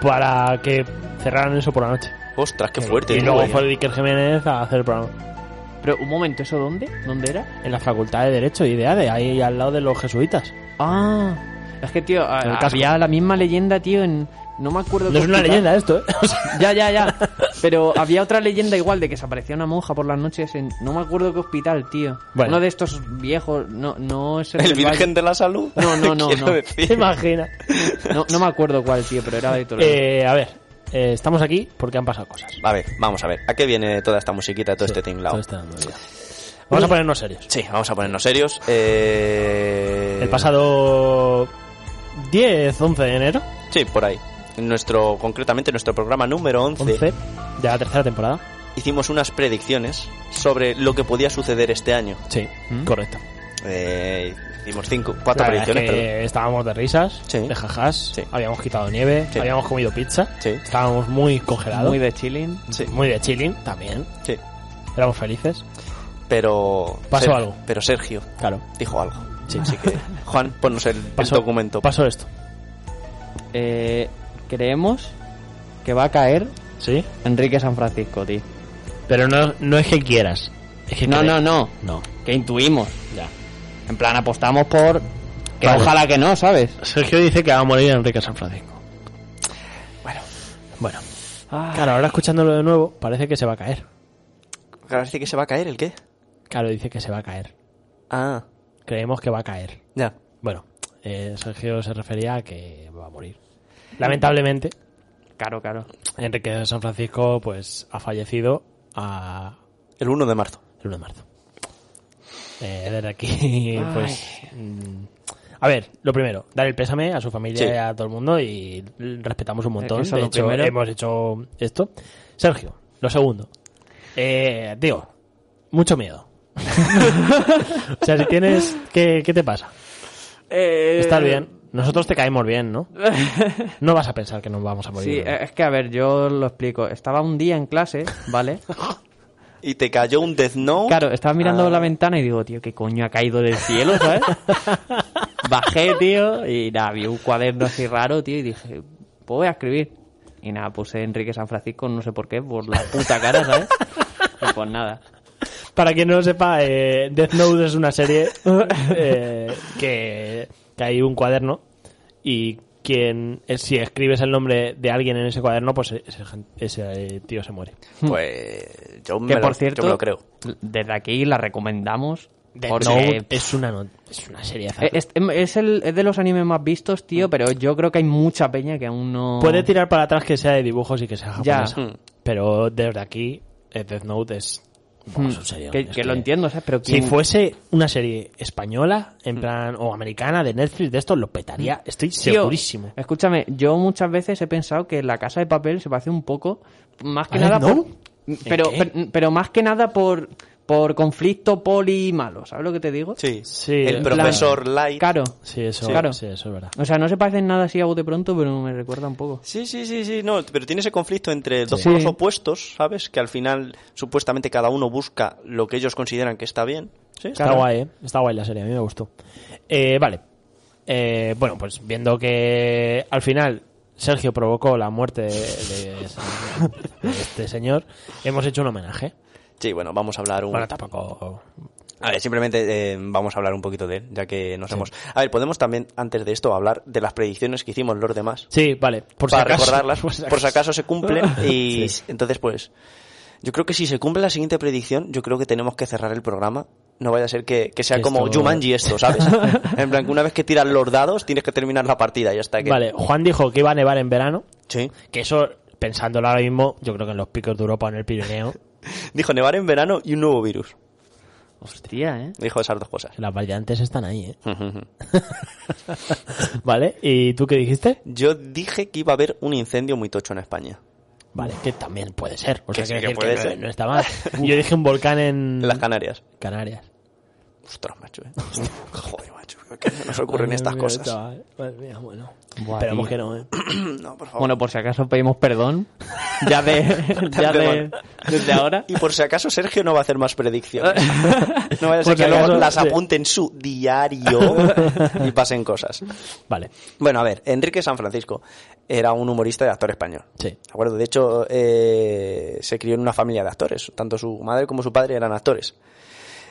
Speaker 3: para que cerraran eso por la noche.
Speaker 2: Ostras, qué fuerte.
Speaker 3: Y
Speaker 2: tío,
Speaker 3: luego
Speaker 2: vaya.
Speaker 3: fue Iker Jiménez a hacer el programa.
Speaker 4: Pero un momento, ¿eso dónde? ¿Dónde era?
Speaker 3: En la Facultad de Derecho y de ADE, ahí al lado de los jesuitas.
Speaker 4: Ah, es que, tío, a-
Speaker 3: El casco.
Speaker 4: había la misma leyenda, tío, en... No me acuerdo...
Speaker 3: No
Speaker 4: qué
Speaker 3: es una
Speaker 4: hospital.
Speaker 3: leyenda esto, ¿eh? O sea,
Speaker 4: Ya, ya, ya. Pero había otra leyenda igual de que se aparecía una monja por las noches en... No me acuerdo qué hospital, tío.
Speaker 3: Bueno.
Speaker 4: Uno de estos viejos... No, no es
Speaker 2: ¿El
Speaker 4: del
Speaker 2: Virgen
Speaker 4: Valle.
Speaker 2: de la Salud?
Speaker 4: No, no, no,
Speaker 2: Quiero
Speaker 4: no.
Speaker 2: decir.
Speaker 3: te imaginas.
Speaker 4: No, no me acuerdo cuál, tío, pero era de Toledo.
Speaker 3: Eh, a ver, eh, estamos aquí porque han pasado cosas.
Speaker 2: A ver, vamos a ver. ¿A qué viene toda esta musiquita, todo este tinglao?
Speaker 3: Todo está dando vida. Vamos a ponernos serios.
Speaker 2: Sí, vamos a ponernos serios. Eh...
Speaker 3: El pasado 10, 11 de enero,
Speaker 2: Sí, por ahí. En nuestro, concretamente nuestro programa número 11,
Speaker 3: 11 de la tercera temporada.
Speaker 2: hicimos unas predicciones sobre lo que podía suceder este año.
Speaker 3: Sí, correcto.
Speaker 2: Eh, hicimos cinco,
Speaker 3: La
Speaker 2: cuatro
Speaker 3: Mm. verdad es
Speaker 2: predicciones,
Speaker 3: que
Speaker 2: perdón.
Speaker 3: estábamos de risas,
Speaker 2: Sí.
Speaker 3: de jajás,
Speaker 2: Sí.
Speaker 3: habíamos quitado nieve,
Speaker 2: Sí.
Speaker 3: habíamos comido pizza,
Speaker 2: Sí.
Speaker 3: estábamos muy congelados,
Speaker 4: Muy de chilling.
Speaker 2: Sí,
Speaker 3: muy de chilling también,
Speaker 2: sí.
Speaker 3: éramos felices.
Speaker 2: Pero.
Speaker 3: Pasó
Speaker 2: Ser-
Speaker 3: algo.
Speaker 2: Pero Sergio
Speaker 3: Claro.
Speaker 2: dijo algo.
Speaker 3: Sí.
Speaker 2: Así que, Juan, ponnos el, el
Speaker 3: Pasó,
Speaker 2: documento.
Speaker 3: Pasó esto.
Speaker 4: Eh, creemos que va a caer
Speaker 3: ¿Sí?
Speaker 4: Enrique San Francisco, tío.
Speaker 3: Pero no, no es que quieras. Es que
Speaker 4: No,
Speaker 3: crees.
Speaker 4: no, no.
Speaker 3: No,
Speaker 4: Que intuimos.
Speaker 3: ya.
Speaker 4: En plan, apostamos por... Que
Speaker 3: Vale.
Speaker 4: ojalá que no, ¿sabes?
Speaker 3: Sergio dice que va a morir Enrique San Francisco.
Speaker 2: Bueno,
Speaker 3: Bueno. Claro, ahora escuchándolo de nuevo, parece que se va a caer.
Speaker 2: parece que se va a caer el qué.
Speaker 3: Claro, dice que se va a caer.
Speaker 2: Ah,
Speaker 3: Creemos que va a caer.
Speaker 2: ya.
Speaker 3: Bueno, eh, Sergio se refería a que va a morir. Lamentablemente,
Speaker 4: Claro, claro.
Speaker 3: Enrique de San Francisco pues ha fallecido a
Speaker 2: El 1 de marzo.
Speaker 3: el 1 de marzo. Eh, desde aquí, pues... mm, a ver, lo primero, dar el pésame a su familia
Speaker 2: Sí.
Speaker 3: y a todo el mundo y respetamos un montón.
Speaker 4: Eso
Speaker 3: de
Speaker 4: lo
Speaker 3: hecho,
Speaker 4: primero.
Speaker 3: hemos hecho esto. Sergio, lo segundo. Eh, digo, mucho miedo. o sea, si tienes... ¿Qué, qué te pasa?
Speaker 4: Eh,
Speaker 3: Estás bien. Nosotros te caemos bien, ¿no? No vas a pensar que nos vamos a morir.
Speaker 4: Sí,
Speaker 3: ¿no?
Speaker 4: eh, es que a ver, yo lo explico. Estaba un día en clase, ¿vale?
Speaker 2: Y te cayó un Death Note.
Speaker 4: Claro, estaba mirando
Speaker 2: Ah.
Speaker 4: la ventana y digo, tío, ¿qué coño ha caído del cielo, sabes? Bajé, tío, y nada, vi un cuaderno así raro, tío, y dije, pues voy a escribir. Y nada, puse Enrique San Francisco, no sé por qué, por la puta cara, ¿sabes? Y pues nada.
Speaker 3: Para quien no lo sepa, eh, Death Note es una serie eh, que, que hay un cuaderno y quien eh, si escribes el nombre de alguien en ese cuaderno, pues ese, gen- ese, eh, tío se muere.
Speaker 2: Pues yo me,
Speaker 4: Que
Speaker 2: lo,
Speaker 4: por
Speaker 2: yo
Speaker 4: cierto,
Speaker 2: me lo creo.
Speaker 4: desde aquí la recomendamos.
Speaker 3: Death
Speaker 4: porque-
Speaker 3: Note es una, no- es una serie.
Speaker 4: Eh, Es, es el, es de los animes más vistos,
Speaker 2: Ah.
Speaker 4: tío, pero yo creo que hay mucha peña que aún no...
Speaker 3: Puede tirar para atrás que sea de dibujos y que sea
Speaker 4: Ya.
Speaker 3: japonesa.
Speaker 2: Mm.
Speaker 3: Pero desde aquí, eh, Death Note es... Buah, es un serión,
Speaker 4: Hmm. Que,
Speaker 3: es
Speaker 4: que lo entiendo, ¿sabes? Pero
Speaker 3: Si
Speaker 4: ¿quién-
Speaker 3: fuese una serie española, en plan, o americana, de Netflix, de esto, lo petaría. Estoy
Speaker 4: Tío,
Speaker 3: segurísimo.
Speaker 4: Escúchame, yo muchas veces he pensado que la casa de papel se parece un poco, más que
Speaker 3: ¿A
Speaker 4: nada
Speaker 3: Death
Speaker 4: por-
Speaker 3: Note?
Speaker 4: Pero,
Speaker 3: ¿En qué?
Speaker 4: per- pero más que nada por Por conflicto poli malo, ¿sabes lo que te digo?
Speaker 2: Sí.
Speaker 3: Sí,
Speaker 2: el
Speaker 3: en
Speaker 2: profesor Light.
Speaker 4: Claro.
Speaker 3: Sí, eso,
Speaker 4: Sí. Claro.
Speaker 3: sí, eso es verdad.
Speaker 4: O sea, no se parecen nada así a bote pronto, pero me recuerda un poco.
Speaker 2: Sí, sí, sí, sí, no, pero tiene ese conflicto entre dos
Speaker 4: Sí.
Speaker 2: polos opuestos, ¿sabes? Que al final supuestamente cada uno busca lo que ellos consideran que está bien. Sí,
Speaker 3: Está
Speaker 2: claro.
Speaker 3: guay, ¿eh? Está guay la serie, a mí me gustó. Eh, vale. Eh, bueno, pues viendo que al final Sergio provocó la muerte de, de- de este señor, hemos hecho un homenaje.
Speaker 2: Sí, bueno, vamos a hablar un...
Speaker 3: Bueno, tampoco...
Speaker 2: A ver, simplemente eh, vamos a hablar un poquito de él, ya que nos hemos... A ver, podemos también, antes de esto, hablar de las predicciones que hicimos los demás.
Speaker 3: Sí, vale. Por si
Speaker 2: para
Speaker 3: acaso.
Speaker 2: recordarlas, por si, acaso se cumplen. Y entonces, pues, yo creo que si se cumple la siguiente predicción, yo creo que tenemos que cerrar el programa. No vaya a ser que, que sea
Speaker 3: Que
Speaker 2: como
Speaker 3: esto-
Speaker 2: Jumanji esto, ¿sabes? en plan, que una vez que tiras los dados, tienes que terminar la partida y hasta que...
Speaker 3: Vale, Juan dijo que iba a nevar en verano,
Speaker 2: Sí.
Speaker 3: que eso, pensándolo ahora mismo, yo creo que en los picos de Europa o en el Pirineo,
Speaker 2: Dijo nevar en verano y un nuevo virus.
Speaker 4: Hostia, ¿eh?
Speaker 2: Dijo esas dos cosas.
Speaker 3: las variantes están ahí, ¿eh? Vale, ¿y tú qué dijiste?
Speaker 2: Yo dije que iba a haber un incendio muy tocho en España.
Speaker 3: Vale, que también puede ser. O sea,
Speaker 2: Que sí,
Speaker 3: quiero
Speaker 2: que puede
Speaker 3: decir que no-
Speaker 2: ser.
Speaker 3: No, está mal. Yo dije un volcán en
Speaker 2: En las Canarias.
Speaker 3: Canarias.
Speaker 2: Ostras, macho, eh. Joder, macho, ¿qué nos ocurren estas cosas?
Speaker 3: eh. bueno.
Speaker 4: Buah,
Speaker 3: Esperemos
Speaker 4: tío.
Speaker 3: que no, ¿eh?
Speaker 2: No, por favor.
Speaker 4: Bueno, por si acaso pedimos perdón. Ya de. ya de. Desde ahora.
Speaker 2: Y por si acaso Sergio no va a hacer más predicciones. No vaya a ser
Speaker 3: Por si
Speaker 2: que luego
Speaker 3: acaso,
Speaker 2: las
Speaker 3: sí.
Speaker 2: apunte en su diario y pasen cosas.
Speaker 3: Vale.
Speaker 2: Bueno, a ver, Enrique San Francisco era un humorista y actor español.
Speaker 3: Sí.
Speaker 2: ¿De acuerdo? De hecho, eh, se crió en una familia de actores. Tanto su madre como su padre eran actores.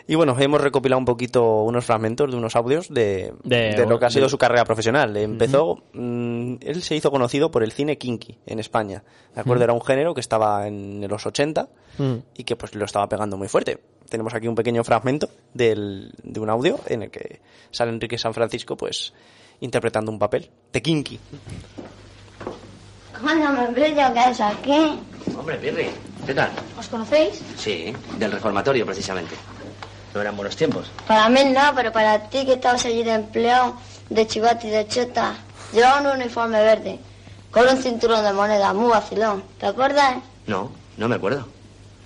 Speaker 2: Y bueno, hemos recopilado un poquito unos fragmentos de unos audios de,
Speaker 3: De-
Speaker 2: de lo que ha
Speaker 3: de-
Speaker 2: sido su carrera profesional. Empezó, mm, él se hizo conocido por el cine kinky en España. ¿De acuerdo? Era un género que estaba en los 80 y que pues lo estaba pegando muy fuerte. Tenemos aquí un pequeño fragmento del, de un audio en el que sale Enrique San Francisco pues interpretando un papel de kinky.
Speaker 6: Cuando me brillo que es aquí.
Speaker 7: Hombre, Pirri, ¿qué tal?
Speaker 6: ¿Os conocéis?
Speaker 7: Sí, del reformatorio precisamente. No eran buenos tiempos.
Speaker 6: Para mí no, pero para ti que estabas allí de empleado, de chivato y de chota, llevaban un uniforme verde, con un cinturón de moneda, muy vacilón. ¿Te acuerdas?
Speaker 7: No, no me acuerdo.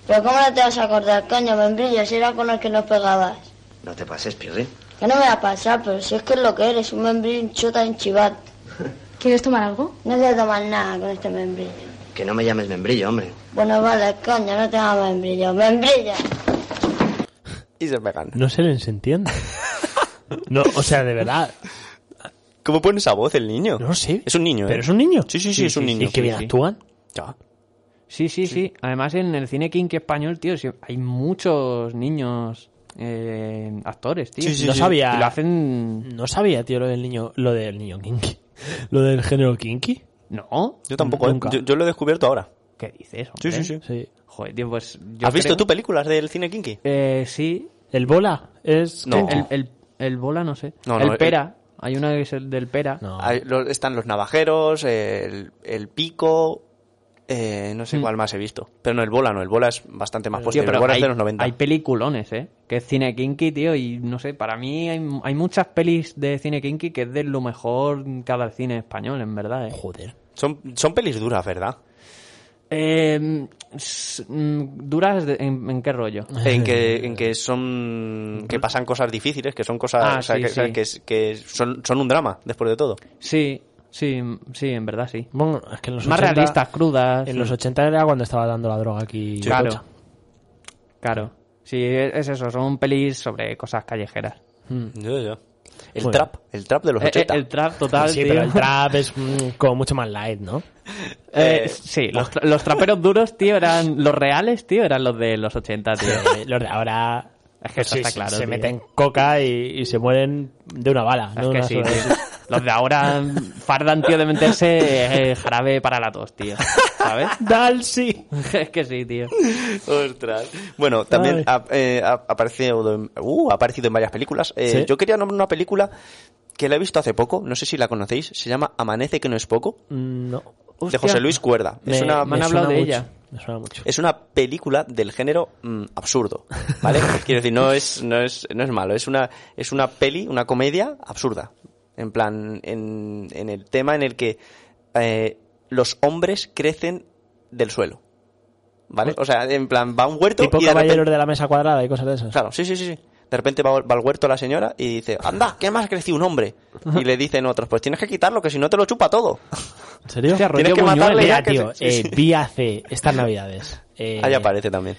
Speaker 6: Pero ¿cómo no te vas a acordar, coño, membrillo, si era con el que nos pegabas?
Speaker 7: No te pases, Pirri.
Speaker 6: Que no me va a pasar, pero si es que es lo que eres, un membrillo, un chota y un chivato.
Speaker 8: ¿Quieres tomar algo?
Speaker 6: No te tomas nada con este membrillo.
Speaker 7: Que no me llames membrillo, hombre.
Speaker 6: Bueno, vale, coño, no te hagas membrillo. ¡Membrillo!
Speaker 2: Y se pegan.
Speaker 3: No se les entiende. No, o sea, de verdad.
Speaker 2: ¿Cómo pone esa voz el niño?
Speaker 3: No sé.
Speaker 2: Es un niño, ¿eh?
Speaker 3: ¿Pero es un niño?
Speaker 2: Sí, sí, sí, es un niño.
Speaker 3: ¿Y qué bien
Speaker 4: Sí, sí.
Speaker 3: actúan?
Speaker 2: Ya.
Speaker 4: Sí, sí, sí, Además, en el cine kinky español, tío, sí, hay muchos niños eh, actores, tío.
Speaker 3: Sí, sí,
Speaker 4: no
Speaker 3: sí. Y
Speaker 4: sabía. Y
Speaker 3: lo
Speaker 4: lo hacen.
Speaker 3: No sabía, tío, lo del niño... Lo del niño kinky. Lo del género kinky.
Speaker 4: No.
Speaker 2: Yo tampoco, ¿eh?
Speaker 3: Nunca.
Speaker 2: Yo, yo lo he descubierto ahora.
Speaker 4: ¿Qué dices?
Speaker 2: Sí, sí,
Speaker 4: hombre?
Speaker 2: sí.
Speaker 3: ¿Eh? Sí.
Speaker 4: Joder, tío, pues. yo
Speaker 2: ¿Has visto
Speaker 4: creo-
Speaker 2: tú películas del cine kinky?
Speaker 4: Eh, sí.
Speaker 3: ¿El bola? Es...
Speaker 2: No.
Speaker 3: kinky.
Speaker 4: El, el, el bola, no sé.
Speaker 2: No, no,
Speaker 4: el
Speaker 2: el-
Speaker 4: pera. Hay una que es el del pera.
Speaker 3: No.
Speaker 2: Hay- lo- están los navajeros, el, el pico, eh, no sé cuál más he visto. Pero no, el bola no, el bola es bastante más
Speaker 4: Mm. Tío,
Speaker 2: posterior.
Speaker 4: pero
Speaker 2: el bola
Speaker 4: hay,
Speaker 2: es de los 90.
Speaker 4: hay peliculones, ¿eh? Que es cine kinky, tío, y no sé, para mí hay, hay muchas pelis de cine kinky que es de lo mejor que ha dado el cine español, en verdad, ¿eh?
Speaker 3: Joder.
Speaker 2: Son, son pelis duras, ¿verdad?
Speaker 4: Eh, s- mm, ¿Duras de- en, en qué rollo?
Speaker 2: En que, en que son que pasan cosas difíciles, que son cosas
Speaker 4: Ah,
Speaker 2: o sea,
Speaker 4: sí,
Speaker 2: que,
Speaker 4: sí.
Speaker 2: que es- que son, son un drama, después de todo.
Speaker 4: Sí, sí, sí, en verdad sí.
Speaker 3: Bueno, es que en los
Speaker 4: Más
Speaker 3: 80
Speaker 4: realistas, crudas.
Speaker 3: En los 80 era cuando estaba dando la droga aquí.
Speaker 4: claro.
Speaker 3: tocha.
Speaker 4: Claro. Sí, es eso, son pelis sobre cosas callejeras.
Speaker 2: El
Speaker 3: Bueno.
Speaker 2: trap, el trap de los
Speaker 4: Mm. Eh, eh,
Speaker 2: 80.
Speaker 4: el trap total,
Speaker 3: Sí,
Speaker 4: tío.
Speaker 3: pero el trap es mm, como mucho más light, ¿no?
Speaker 4: Eh, sí, los, tra- los traperos duros, tío, eran... Los reales, tío, eran los de los 80, tío.
Speaker 3: Eh, los de ahora
Speaker 4: Es que eso
Speaker 3: sí,
Speaker 4: está
Speaker 3: sí,
Speaker 4: claro,
Speaker 3: se
Speaker 4: tío.
Speaker 3: meten coca y, y se mueren de una bala.
Speaker 4: Es
Speaker 3: no
Speaker 4: que
Speaker 3: una
Speaker 4: sí,
Speaker 3: sola
Speaker 4: tío.
Speaker 3: vez.
Speaker 4: Los de ahora fardan, tío, de meterse eh, jarabe para la tos, tío. ¿Sabes?
Speaker 3: Dalsy.
Speaker 4: Es que sí, tío.
Speaker 2: Ostras. Bueno, también
Speaker 3: Ay.
Speaker 2: ha, eh, ha aparecido, en- uh, ha aparecido en varias películas. Eh,
Speaker 3: ¿Sí?
Speaker 2: Yo quería nombrar una película que la he visto hace poco, no sé si la conocéis, se llama Amanece que no es poco,
Speaker 3: Mm, No.
Speaker 2: de José Luis Cuerda. es,
Speaker 3: Me-
Speaker 2: una,
Speaker 4: me han
Speaker 3: suena
Speaker 4: hablado de
Speaker 3: mucho,
Speaker 4: ella.
Speaker 3: Me suena mucho.
Speaker 2: es una película del género mm, absurdo, ¿vale? Quiero decir, no es, no es, no es malo, es una, es una peli, una comedia absurda. En plan, en, en el tema en el que eh, los hombres crecen del suelo. ¿Vale? O sea, en plan, va a un huerto
Speaker 3: Tipo
Speaker 2: y de
Speaker 3: caballeros
Speaker 2: repente-
Speaker 3: de la mesa cuadrada y cosas de esas.
Speaker 2: Claro, sí, sí, sí, sí. De repente va, va al huerto la señora y dice, anda, ¿qué más ha crecido un hombre? Y le dicen otros, pues tienes que quitarlo, que si no te lo chupa todo.
Speaker 3: ¿En serio?
Speaker 4: Hostia, rollo
Speaker 2: Tienes que
Speaker 4: Buñuel,
Speaker 2: matarle
Speaker 4: mira,
Speaker 2: ya,
Speaker 3: Mira,
Speaker 2: que
Speaker 3: tío,
Speaker 2: sí, sí,
Speaker 3: eh,
Speaker 2: sí.
Speaker 3: vi hace estas navidades. eh,
Speaker 2: Ahí aparece también.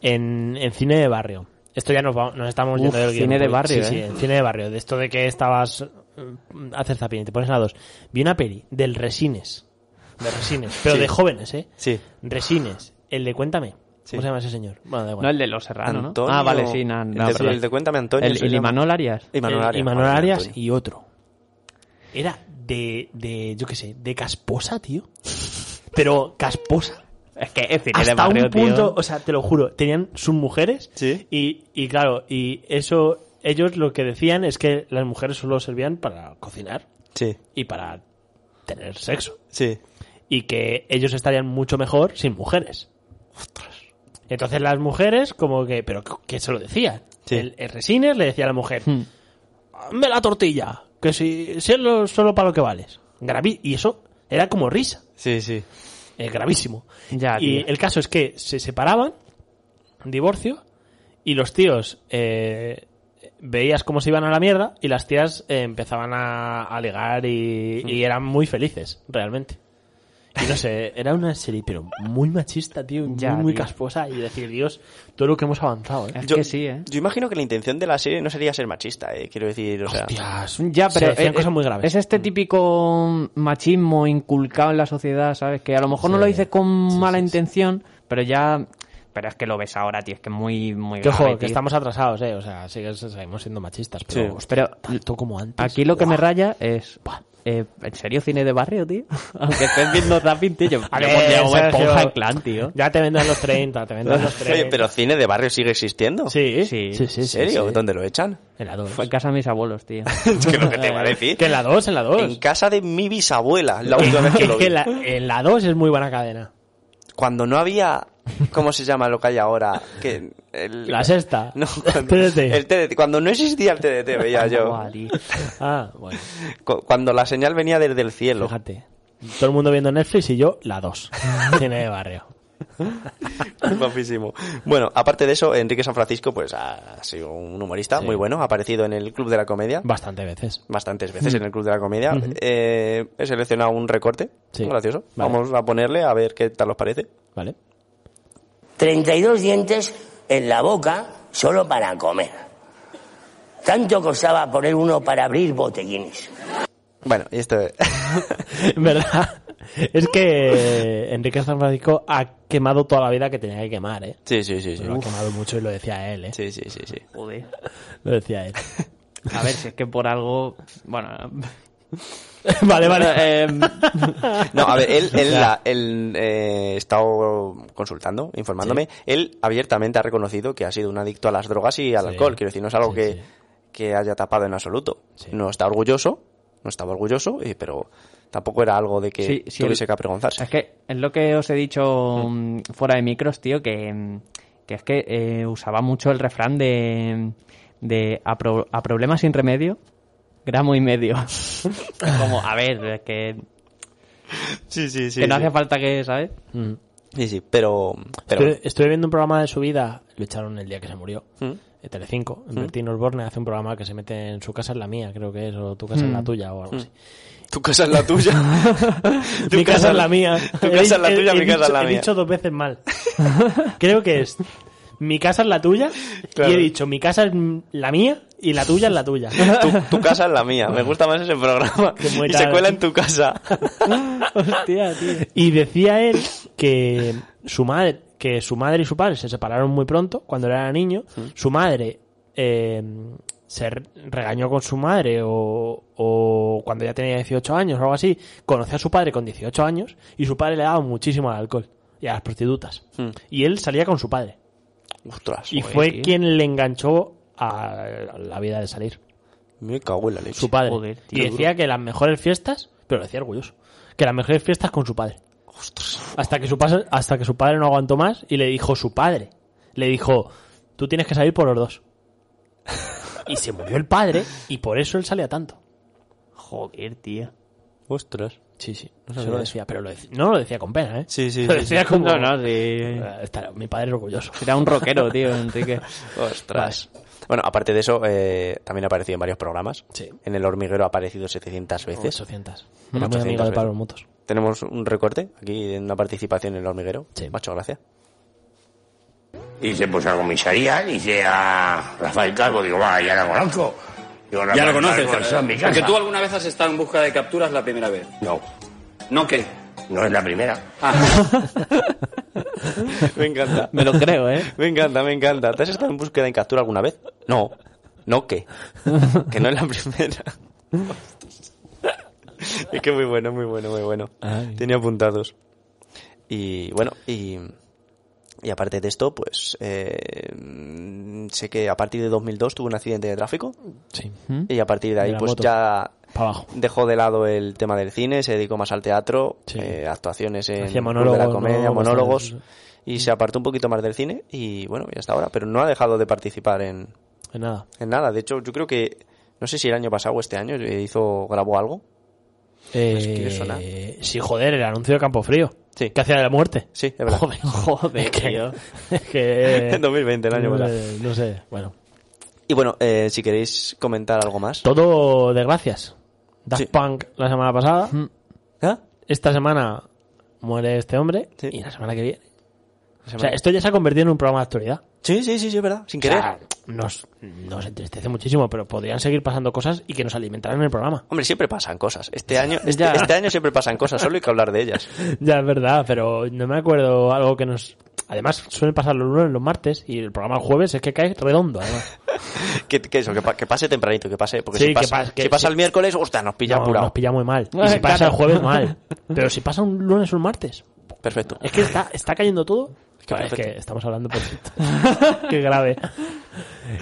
Speaker 3: en, en cine de barrio. Esto ya nos, va- nos estamos
Speaker 4: Uf,
Speaker 3: yendo del guión
Speaker 4: cine
Speaker 3: un
Speaker 4: de
Speaker 3: poquito.
Speaker 4: barrio,
Speaker 3: Sí, sí,
Speaker 4: eh.
Speaker 3: en cine de barrio. De esto de que estabas. mm, Haces zapping y te pones a dos. Vi una peli del Resines. De Resines. Pero
Speaker 2: Sí.
Speaker 3: de jóvenes, ¿eh?
Speaker 2: Sí.
Speaker 3: Resines. El de Cuéntame.
Speaker 2: Sí.
Speaker 3: ¿Cómo se llama ese señor? Bueno, da igual.
Speaker 4: No, el de los serranos, ¿no?
Speaker 2: Antonio-
Speaker 4: Ah, vale, sí, na-
Speaker 2: el
Speaker 4: na-
Speaker 2: de-
Speaker 4: perdón.
Speaker 2: el de Cuéntame, Antonio,
Speaker 4: El,
Speaker 2: se
Speaker 4: el
Speaker 2: llama. Eh,
Speaker 4: Imanol Arias. Ah,
Speaker 2: Y Manuel
Speaker 3: El-
Speaker 2: Arias.
Speaker 3: y Manuel
Speaker 2: Vale,
Speaker 3: Arias
Speaker 2: Antonio.
Speaker 3: y otro. Era de, de, yo qué sé, de casposa, tío. Pero casposa.
Speaker 4: Es que es cine de
Speaker 3: Hasta
Speaker 4: barrio,
Speaker 3: un punto,
Speaker 4: tío.
Speaker 3: o sea, te lo juro, tenían sus mujeres
Speaker 2: Sí.
Speaker 3: y, y claro, y eso, ellos lo que decían es que las mujeres solo servían para cocinar
Speaker 2: Sí,
Speaker 3: y para tener sexo.
Speaker 2: sí.
Speaker 3: Y que ellos estarían mucho mejor sin mujeres. Entonces las mujeres como que, pero que se lo decían.
Speaker 2: Sí. Hmm.
Speaker 3: El, el Resines le decía a la mujer, me la tortilla, que si, si es lo- solo para lo que vales. Gravi- y eso era como risa,
Speaker 2: Sí, sí.
Speaker 3: es gravísimo.
Speaker 4: Ya,
Speaker 3: y
Speaker 4: tío.
Speaker 3: el caso es que se separaban, divorcio, y los tíos eh, veías cómo se iban a la mierda y las tías eh, empezaban a, a ligar y,
Speaker 4: Hmm.
Speaker 3: y eran muy felices, realmente. Y no sé, era una serie, pero muy machista, tío, y
Speaker 4: Ya,
Speaker 3: muy, muy
Speaker 4: tío.
Speaker 3: casposa. Y decir, Dios, todo lo que hemos avanzado, ¿eh?
Speaker 4: Es que sí, ¿eh?
Speaker 2: Yo imagino que la intención de la serie no sería ser machista, eh, quiero decir, o sea...
Speaker 3: Hostias,
Speaker 4: Ya,
Speaker 3: se
Speaker 4: pero
Speaker 3: decían
Speaker 4: eh,
Speaker 3: cosas muy
Speaker 4: eh,
Speaker 3: graves. Mm.
Speaker 4: es este típico machismo inculcado en la sociedad, ¿sabes? Que a lo mejor no
Speaker 3: Sí.
Speaker 4: lo dices con
Speaker 3: Sí, sí,
Speaker 4: mala
Speaker 3: sí.
Speaker 4: intención, pero ya... Pero es que lo ves ahora, tío, es que muy, muy
Speaker 3: Que ojo,
Speaker 4: grave,
Speaker 3: que
Speaker 4: tío.
Speaker 3: estamos atrasados, eh. O sea, sí que seguimos siendo machistas, pero,
Speaker 2: Sí.
Speaker 3: hostia,
Speaker 4: Pero-
Speaker 3: tanto como antes.
Speaker 4: Aquí lo que me
Speaker 3: Buah.
Speaker 4: raya es... eh, ¿En serio cine de barrio, tío? Aunque estés viendo Zapping, tío, yo,
Speaker 3: A
Speaker 4: yo
Speaker 3: ver,
Speaker 4: pondría como
Speaker 3: Sergio.
Speaker 4: esponja en clan, tío.
Speaker 3: Ya te venden los 30, te venden los 30.
Speaker 2: Oye, pero cine de barrio sigue existiendo.
Speaker 3: Sí,
Speaker 4: Sí.
Speaker 3: sí, sí.
Speaker 2: ¿En serio?
Speaker 3: sí.
Speaker 2: ¿Dónde lo echan?
Speaker 3: En la 2.
Speaker 4: Fue en casa de mis abuelos, tío.
Speaker 2: es que lo que te va a decir.
Speaker 3: Que en la 2, en la 2.
Speaker 2: En casa de mi bisabuela, la última vez que lo vi.
Speaker 3: en la, en la 2 es muy buena cadena.
Speaker 2: Cuando no había... ¿Cómo se llama lo que hay ahora? Que el-
Speaker 3: La sexta.
Speaker 2: No, cuando,
Speaker 3: Espérate.
Speaker 2: el TDT. Cuando no existía el TDT, veía yo.
Speaker 4: Buah, tío.
Speaker 3: Ah, bueno,
Speaker 2: Cu- Cuando la señal venía desde el cielo.
Speaker 3: fíjate. Todo el mundo viendo Netflix y yo la 2. Cine de barrio.
Speaker 2: Guapísimo. Bueno, aparte de eso, Enrique San Francisco pues ha ha sido un humorista muy bueno, ha aparecido en el Club de la Comedia.
Speaker 3: Bastante veces.
Speaker 2: bastantes veces en el Club de la Comedia. Eh, he seleccionado un recorte,
Speaker 3: Sí.
Speaker 2: gracioso.
Speaker 3: Vale.
Speaker 2: Vamos a ponerle a ver qué tal os parece.
Speaker 3: ¿Vale?
Speaker 9: 32 dientes en la boca solo para comer. Tanto costaba poner uno para abrir botequines.
Speaker 2: Bueno, y esto
Speaker 3: En verdad. Es que Enrique San Francisco ha quemado toda la vida que tenía que quemar, ¿eh?
Speaker 2: Sí, sí, sí, sí.
Speaker 3: Lo ha quemado mucho y lo decía él, ¿eh?
Speaker 2: Sí, sí, sí, sí.
Speaker 4: Joder.
Speaker 3: Lo decía él.
Speaker 4: A ver, si es que por algo... Bueno...
Speaker 3: vale, vale.
Speaker 4: em,
Speaker 2: No, a ver, él, él la- él, eh, he estado consultando, informándome. Él abiertamente ha reconocido que ha sido un adicto a las drogas y al
Speaker 3: Sí.
Speaker 2: alcohol. Quiero decir, no es algo
Speaker 3: Sí,
Speaker 2: que,
Speaker 3: sí.
Speaker 2: que haya tapado en absoluto.
Speaker 3: Sí.
Speaker 2: No está orgulloso, no estaba orgulloso, eh, pero tampoco era algo de que
Speaker 4: Sí, sí,
Speaker 2: tuviese
Speaker 4: el-
Speaker 2: que avergonzarse.
Speaker 3: eh,
Speaker 4: Es que es lo que os he dicho mm, fuera de micros, tío, que, mm, que es que eh, usaba mucho el refrán de, de a, pro- a problemas sin remedio, gramo y medio. Es como, a ver, es que,
Speaker 2: Sí, sí, sí.
Speaker 4: que no
Speaker 2: sí.
Speaker 4: hace falta que, ¿sabes?
Speaker 3: Mm.
Speaker 2: Sí, sí, pero... pero
Speaker 3: Estuve, estuve viendo un programa de su vida, lo echaron el día que se murió,
Speaker 2: ¿Mm?
Speaker 3: de Telecinco. Bertín Osborne hace un programa que se mete en su casa en la mía, creo que es, o tu casa en la tuya o algo así.
Speaker 2: Tu casa es la tuya. ¿Mm? Tu
Speaker 3: mi casa es la mía.
Speaker 2: Tu casa es la
Speaker 3: He-
Speaker 2: tuya,
Speaker 3: he-
Speaker 2: mi
Speaker 3: he
Speaker 2: casa es
Speaker 3: dicho-
Speaker 2: la
Speaker 3: He
Speaker 2: mía.
Speaker 3: dicho dos veces mal. creo que es mi casa es la tuya
Speaker 2: Claro.
Speaker 3: y he dicho mi casa es la mía y la tuya es la tuya.
Speaker 2: Tu, tu casa es la mía. Me gusta más ese programa.
Speaker 3: Qué muy
Speaker 2: Y se
Speaker 3: tal.
Speaker 2: cuela en tu casa.
Speaker 4: Hostia, tío.
Speaker 3: Y decía él que su madre, que su madre y su padre se separaron muy pronto, cuando él era niño. Su madre eh, se re- regañó con su madre o, o cuando ya tenía 18 años o algo así. Conoció a su padre con 18 años y su padre le daba muchísimo al alcohol y a las prostitutas.
Speaker 2: Hmm.
Speaker 3: Y él salía con su padre.
Speaker 2: Ostras.
Speaker 3: Y
Speaker 2: joder.
Speaker 3: fue
Speaker 4: tío.
Speaker 3: quien le enganchó a la vida de salir.
Speaker 2: Me cago en la leche.
Speaker 3: Su padre.
Speaker 4: Joder, tío,
Speaker 3: y decía que las mejores fiestas, pero lo decía orgulloso, que las mejores fiestas con su padre. Hasta que su, pas- hasta que su padre no aguantó más y le dijo su padre, le dijo, tú tienes que salir por los dos. y se murió el padre y por eso él salía tanto.
Speaker 4: Joder, tío.
Speaker 2: Ostras.
Speaker 3: Sí, sí.
Speaker 2: No
Speaker 3: se
Speaker 2: sabía
Speaker 3: lo
Speaker 2: eso.
Speaker 3: decía, pero lo decía- no lo decía con pena, ¿eh?
Speaker 2: Sí, sí,
Speaker 3: Lo
Speaker 2: sí,
Speaker 3: decía
Speaker 2: sí.
Speaker 3: como...
Speaker 4: No, no, sí.
Speaker 3: Eh, estará- mi padre es orgulloso.
Speaker 4: Era un rockero, tío, Enrique.
Speaker 2: Ostras. Bueno, aparte de eso, eh, también ha aparecido en varios programas.
Speaker 3: Sí.
Speaker 2: En El Hormiguero ha aparecido 700 veces.
Speaker 3: 800.
Speaker 2: Era
Speaker 3: Era muy
Speaker 2: 800
Speaker 3: amigo de
Speaker 2: veces.
Speaker 3: Pablo Motos.
Speaker 2: Tenemos un recorte aquí en una participación en El Hormiguero.
Speaker 3: Sí.
Speaker 2: Macho, gracias.
Speaker 9: Y se puso a la comisaría, dice a Rafael Calvo, digo, va, ya la conozco. Digo, Rafael
Speaker 10: Ya lo conoces.
Speaker 9: Calvo, eso es mi casa.
Speaker 10: Porque tú alguna vez has estado en busca de capturas la primera vez.
Speaker 9: No,
Speaker 10: ¿No qué?
Speaker 9: no es la primera.
Speaker 2: Me encanta.
Speaker 4: Me lo creo, ¿eh?
Speaker 2: Me encanta, me encanta. ¿Te has estado en búsqueda en captura alguna vez? No. No, ¿qué? Que no es la primera. es que muy bueno, muy bueno, muy bueno. Tenía apuntados. Y bueno, y, y aparte de esto, pues eh, mm, sé que a partir de 2002 tuvo un accidente de tráfico
Speaker 3: Sí.
Speaker 2: y a partir de ahí
Speaker 3: De la
Speaker 2: pues
Speaker 3: moto.
Speaker 2: ya
Speaker 3: Para ¿Mm? abajo.
Speaker 2: dejó de lado el tema del cine, se dedicó más al teatro,
Speaker 3: Sí.
Speaker 2: eh, actuaciones en
Speaker 3: Hacía
Speaker 2: Club de la
Speaker 3: monólogos,
Speaker 2: comedia,
Speaker 3: ¿no?
Speaker 2: monólogos,
Speaker 3: Bastante.
Speaker 2: y se apartó un poquito más del cine y bueno, y hasta ahora, pero no ha dejado de participar en,
Speaker 3: De nada.
Speaker 2: en nada. De hecho, yo creo que, no sé si el año pasado o este año eh, hizo, grabó algo.
Speaker 3: Eh,
Speaker 2: quiere sonar.
Speaker 3: sí, joder, el anuncio de Campofrío.
Speaker 2: Sí.
Speaker 3: Que hacía de la muerte.
Speaker 2: Sí, es verdad.
Speaker 3: Joder, Eh,
Speaker 4: Joder,
Speaker 3: que-
Speaker 4: tío.
Speaker 3: es que...
Speaker 2: En 2020, el año
Speaker 3: no,
Speaker 2: pasado.
Speaker 3: sé, no sé, bueno.
Speaker 2: Y bueno, eh, si queréis comentar algo más.
Speaker 3: Todo de gracias. Daft
Speaker 2: Sí.
Speaker 3: Punk la semana pasada.
Speaker 2: ¿Ah?
Speaker 3: Esta semana muere este hombre.
Speaker 2: Sí.
Speaker 3: Y la semana que viene. O sea, esto ya se ha convertido en un programa de actualidad.
Speaker 2: Sí, sí, sí, sí, es verdad, sin
Speaker 3: O
Speaker 2: querer.
Speaker 3: sea, nos, nos entristece muchísimo, pero podrían seguir pasando cosas y que nos alimentaran el programa.
Speaker 2: Hombre, siempre pasan cosas. Este año, este,
Speaker 4: Ya.
Speaker 2: este año siempre pasan cosas, solo hay que hablar de ellas.
Speaker 3: Ya, es verdad, pero no me acuerdo algo que nos... Además, suelen pasar los lunes, los martes, y el programa el jueves es que cae redondo, además.
Speaker 2: Que, que eso, que, pa- que pase tempranito, que pase. Porque
Speaker 3: Sí,
Speaker 2: si
Speaker 3: que
Speaker 2: pasa,
Speaker 3: pas- que-
Speaker 2: si pasa
Speaker 3: sí.
Speaker 2: el miércoles, hostia, nos pilla
Speaker 3: No,
Speaker 2: apurado.
Speaker 3: nos pilla muy mal. Y si pasa el jueves, mal. Pero si pasa un lunes o un martes...
Speaker 2: Perfecto.
Speaker 3: Es que está, está cayendo todo. Es
Speaker 2: que
Speaker 3: que,
Speaker 2: perfecto.
Speaker 3: estamos hablando perfecto. Qué grave.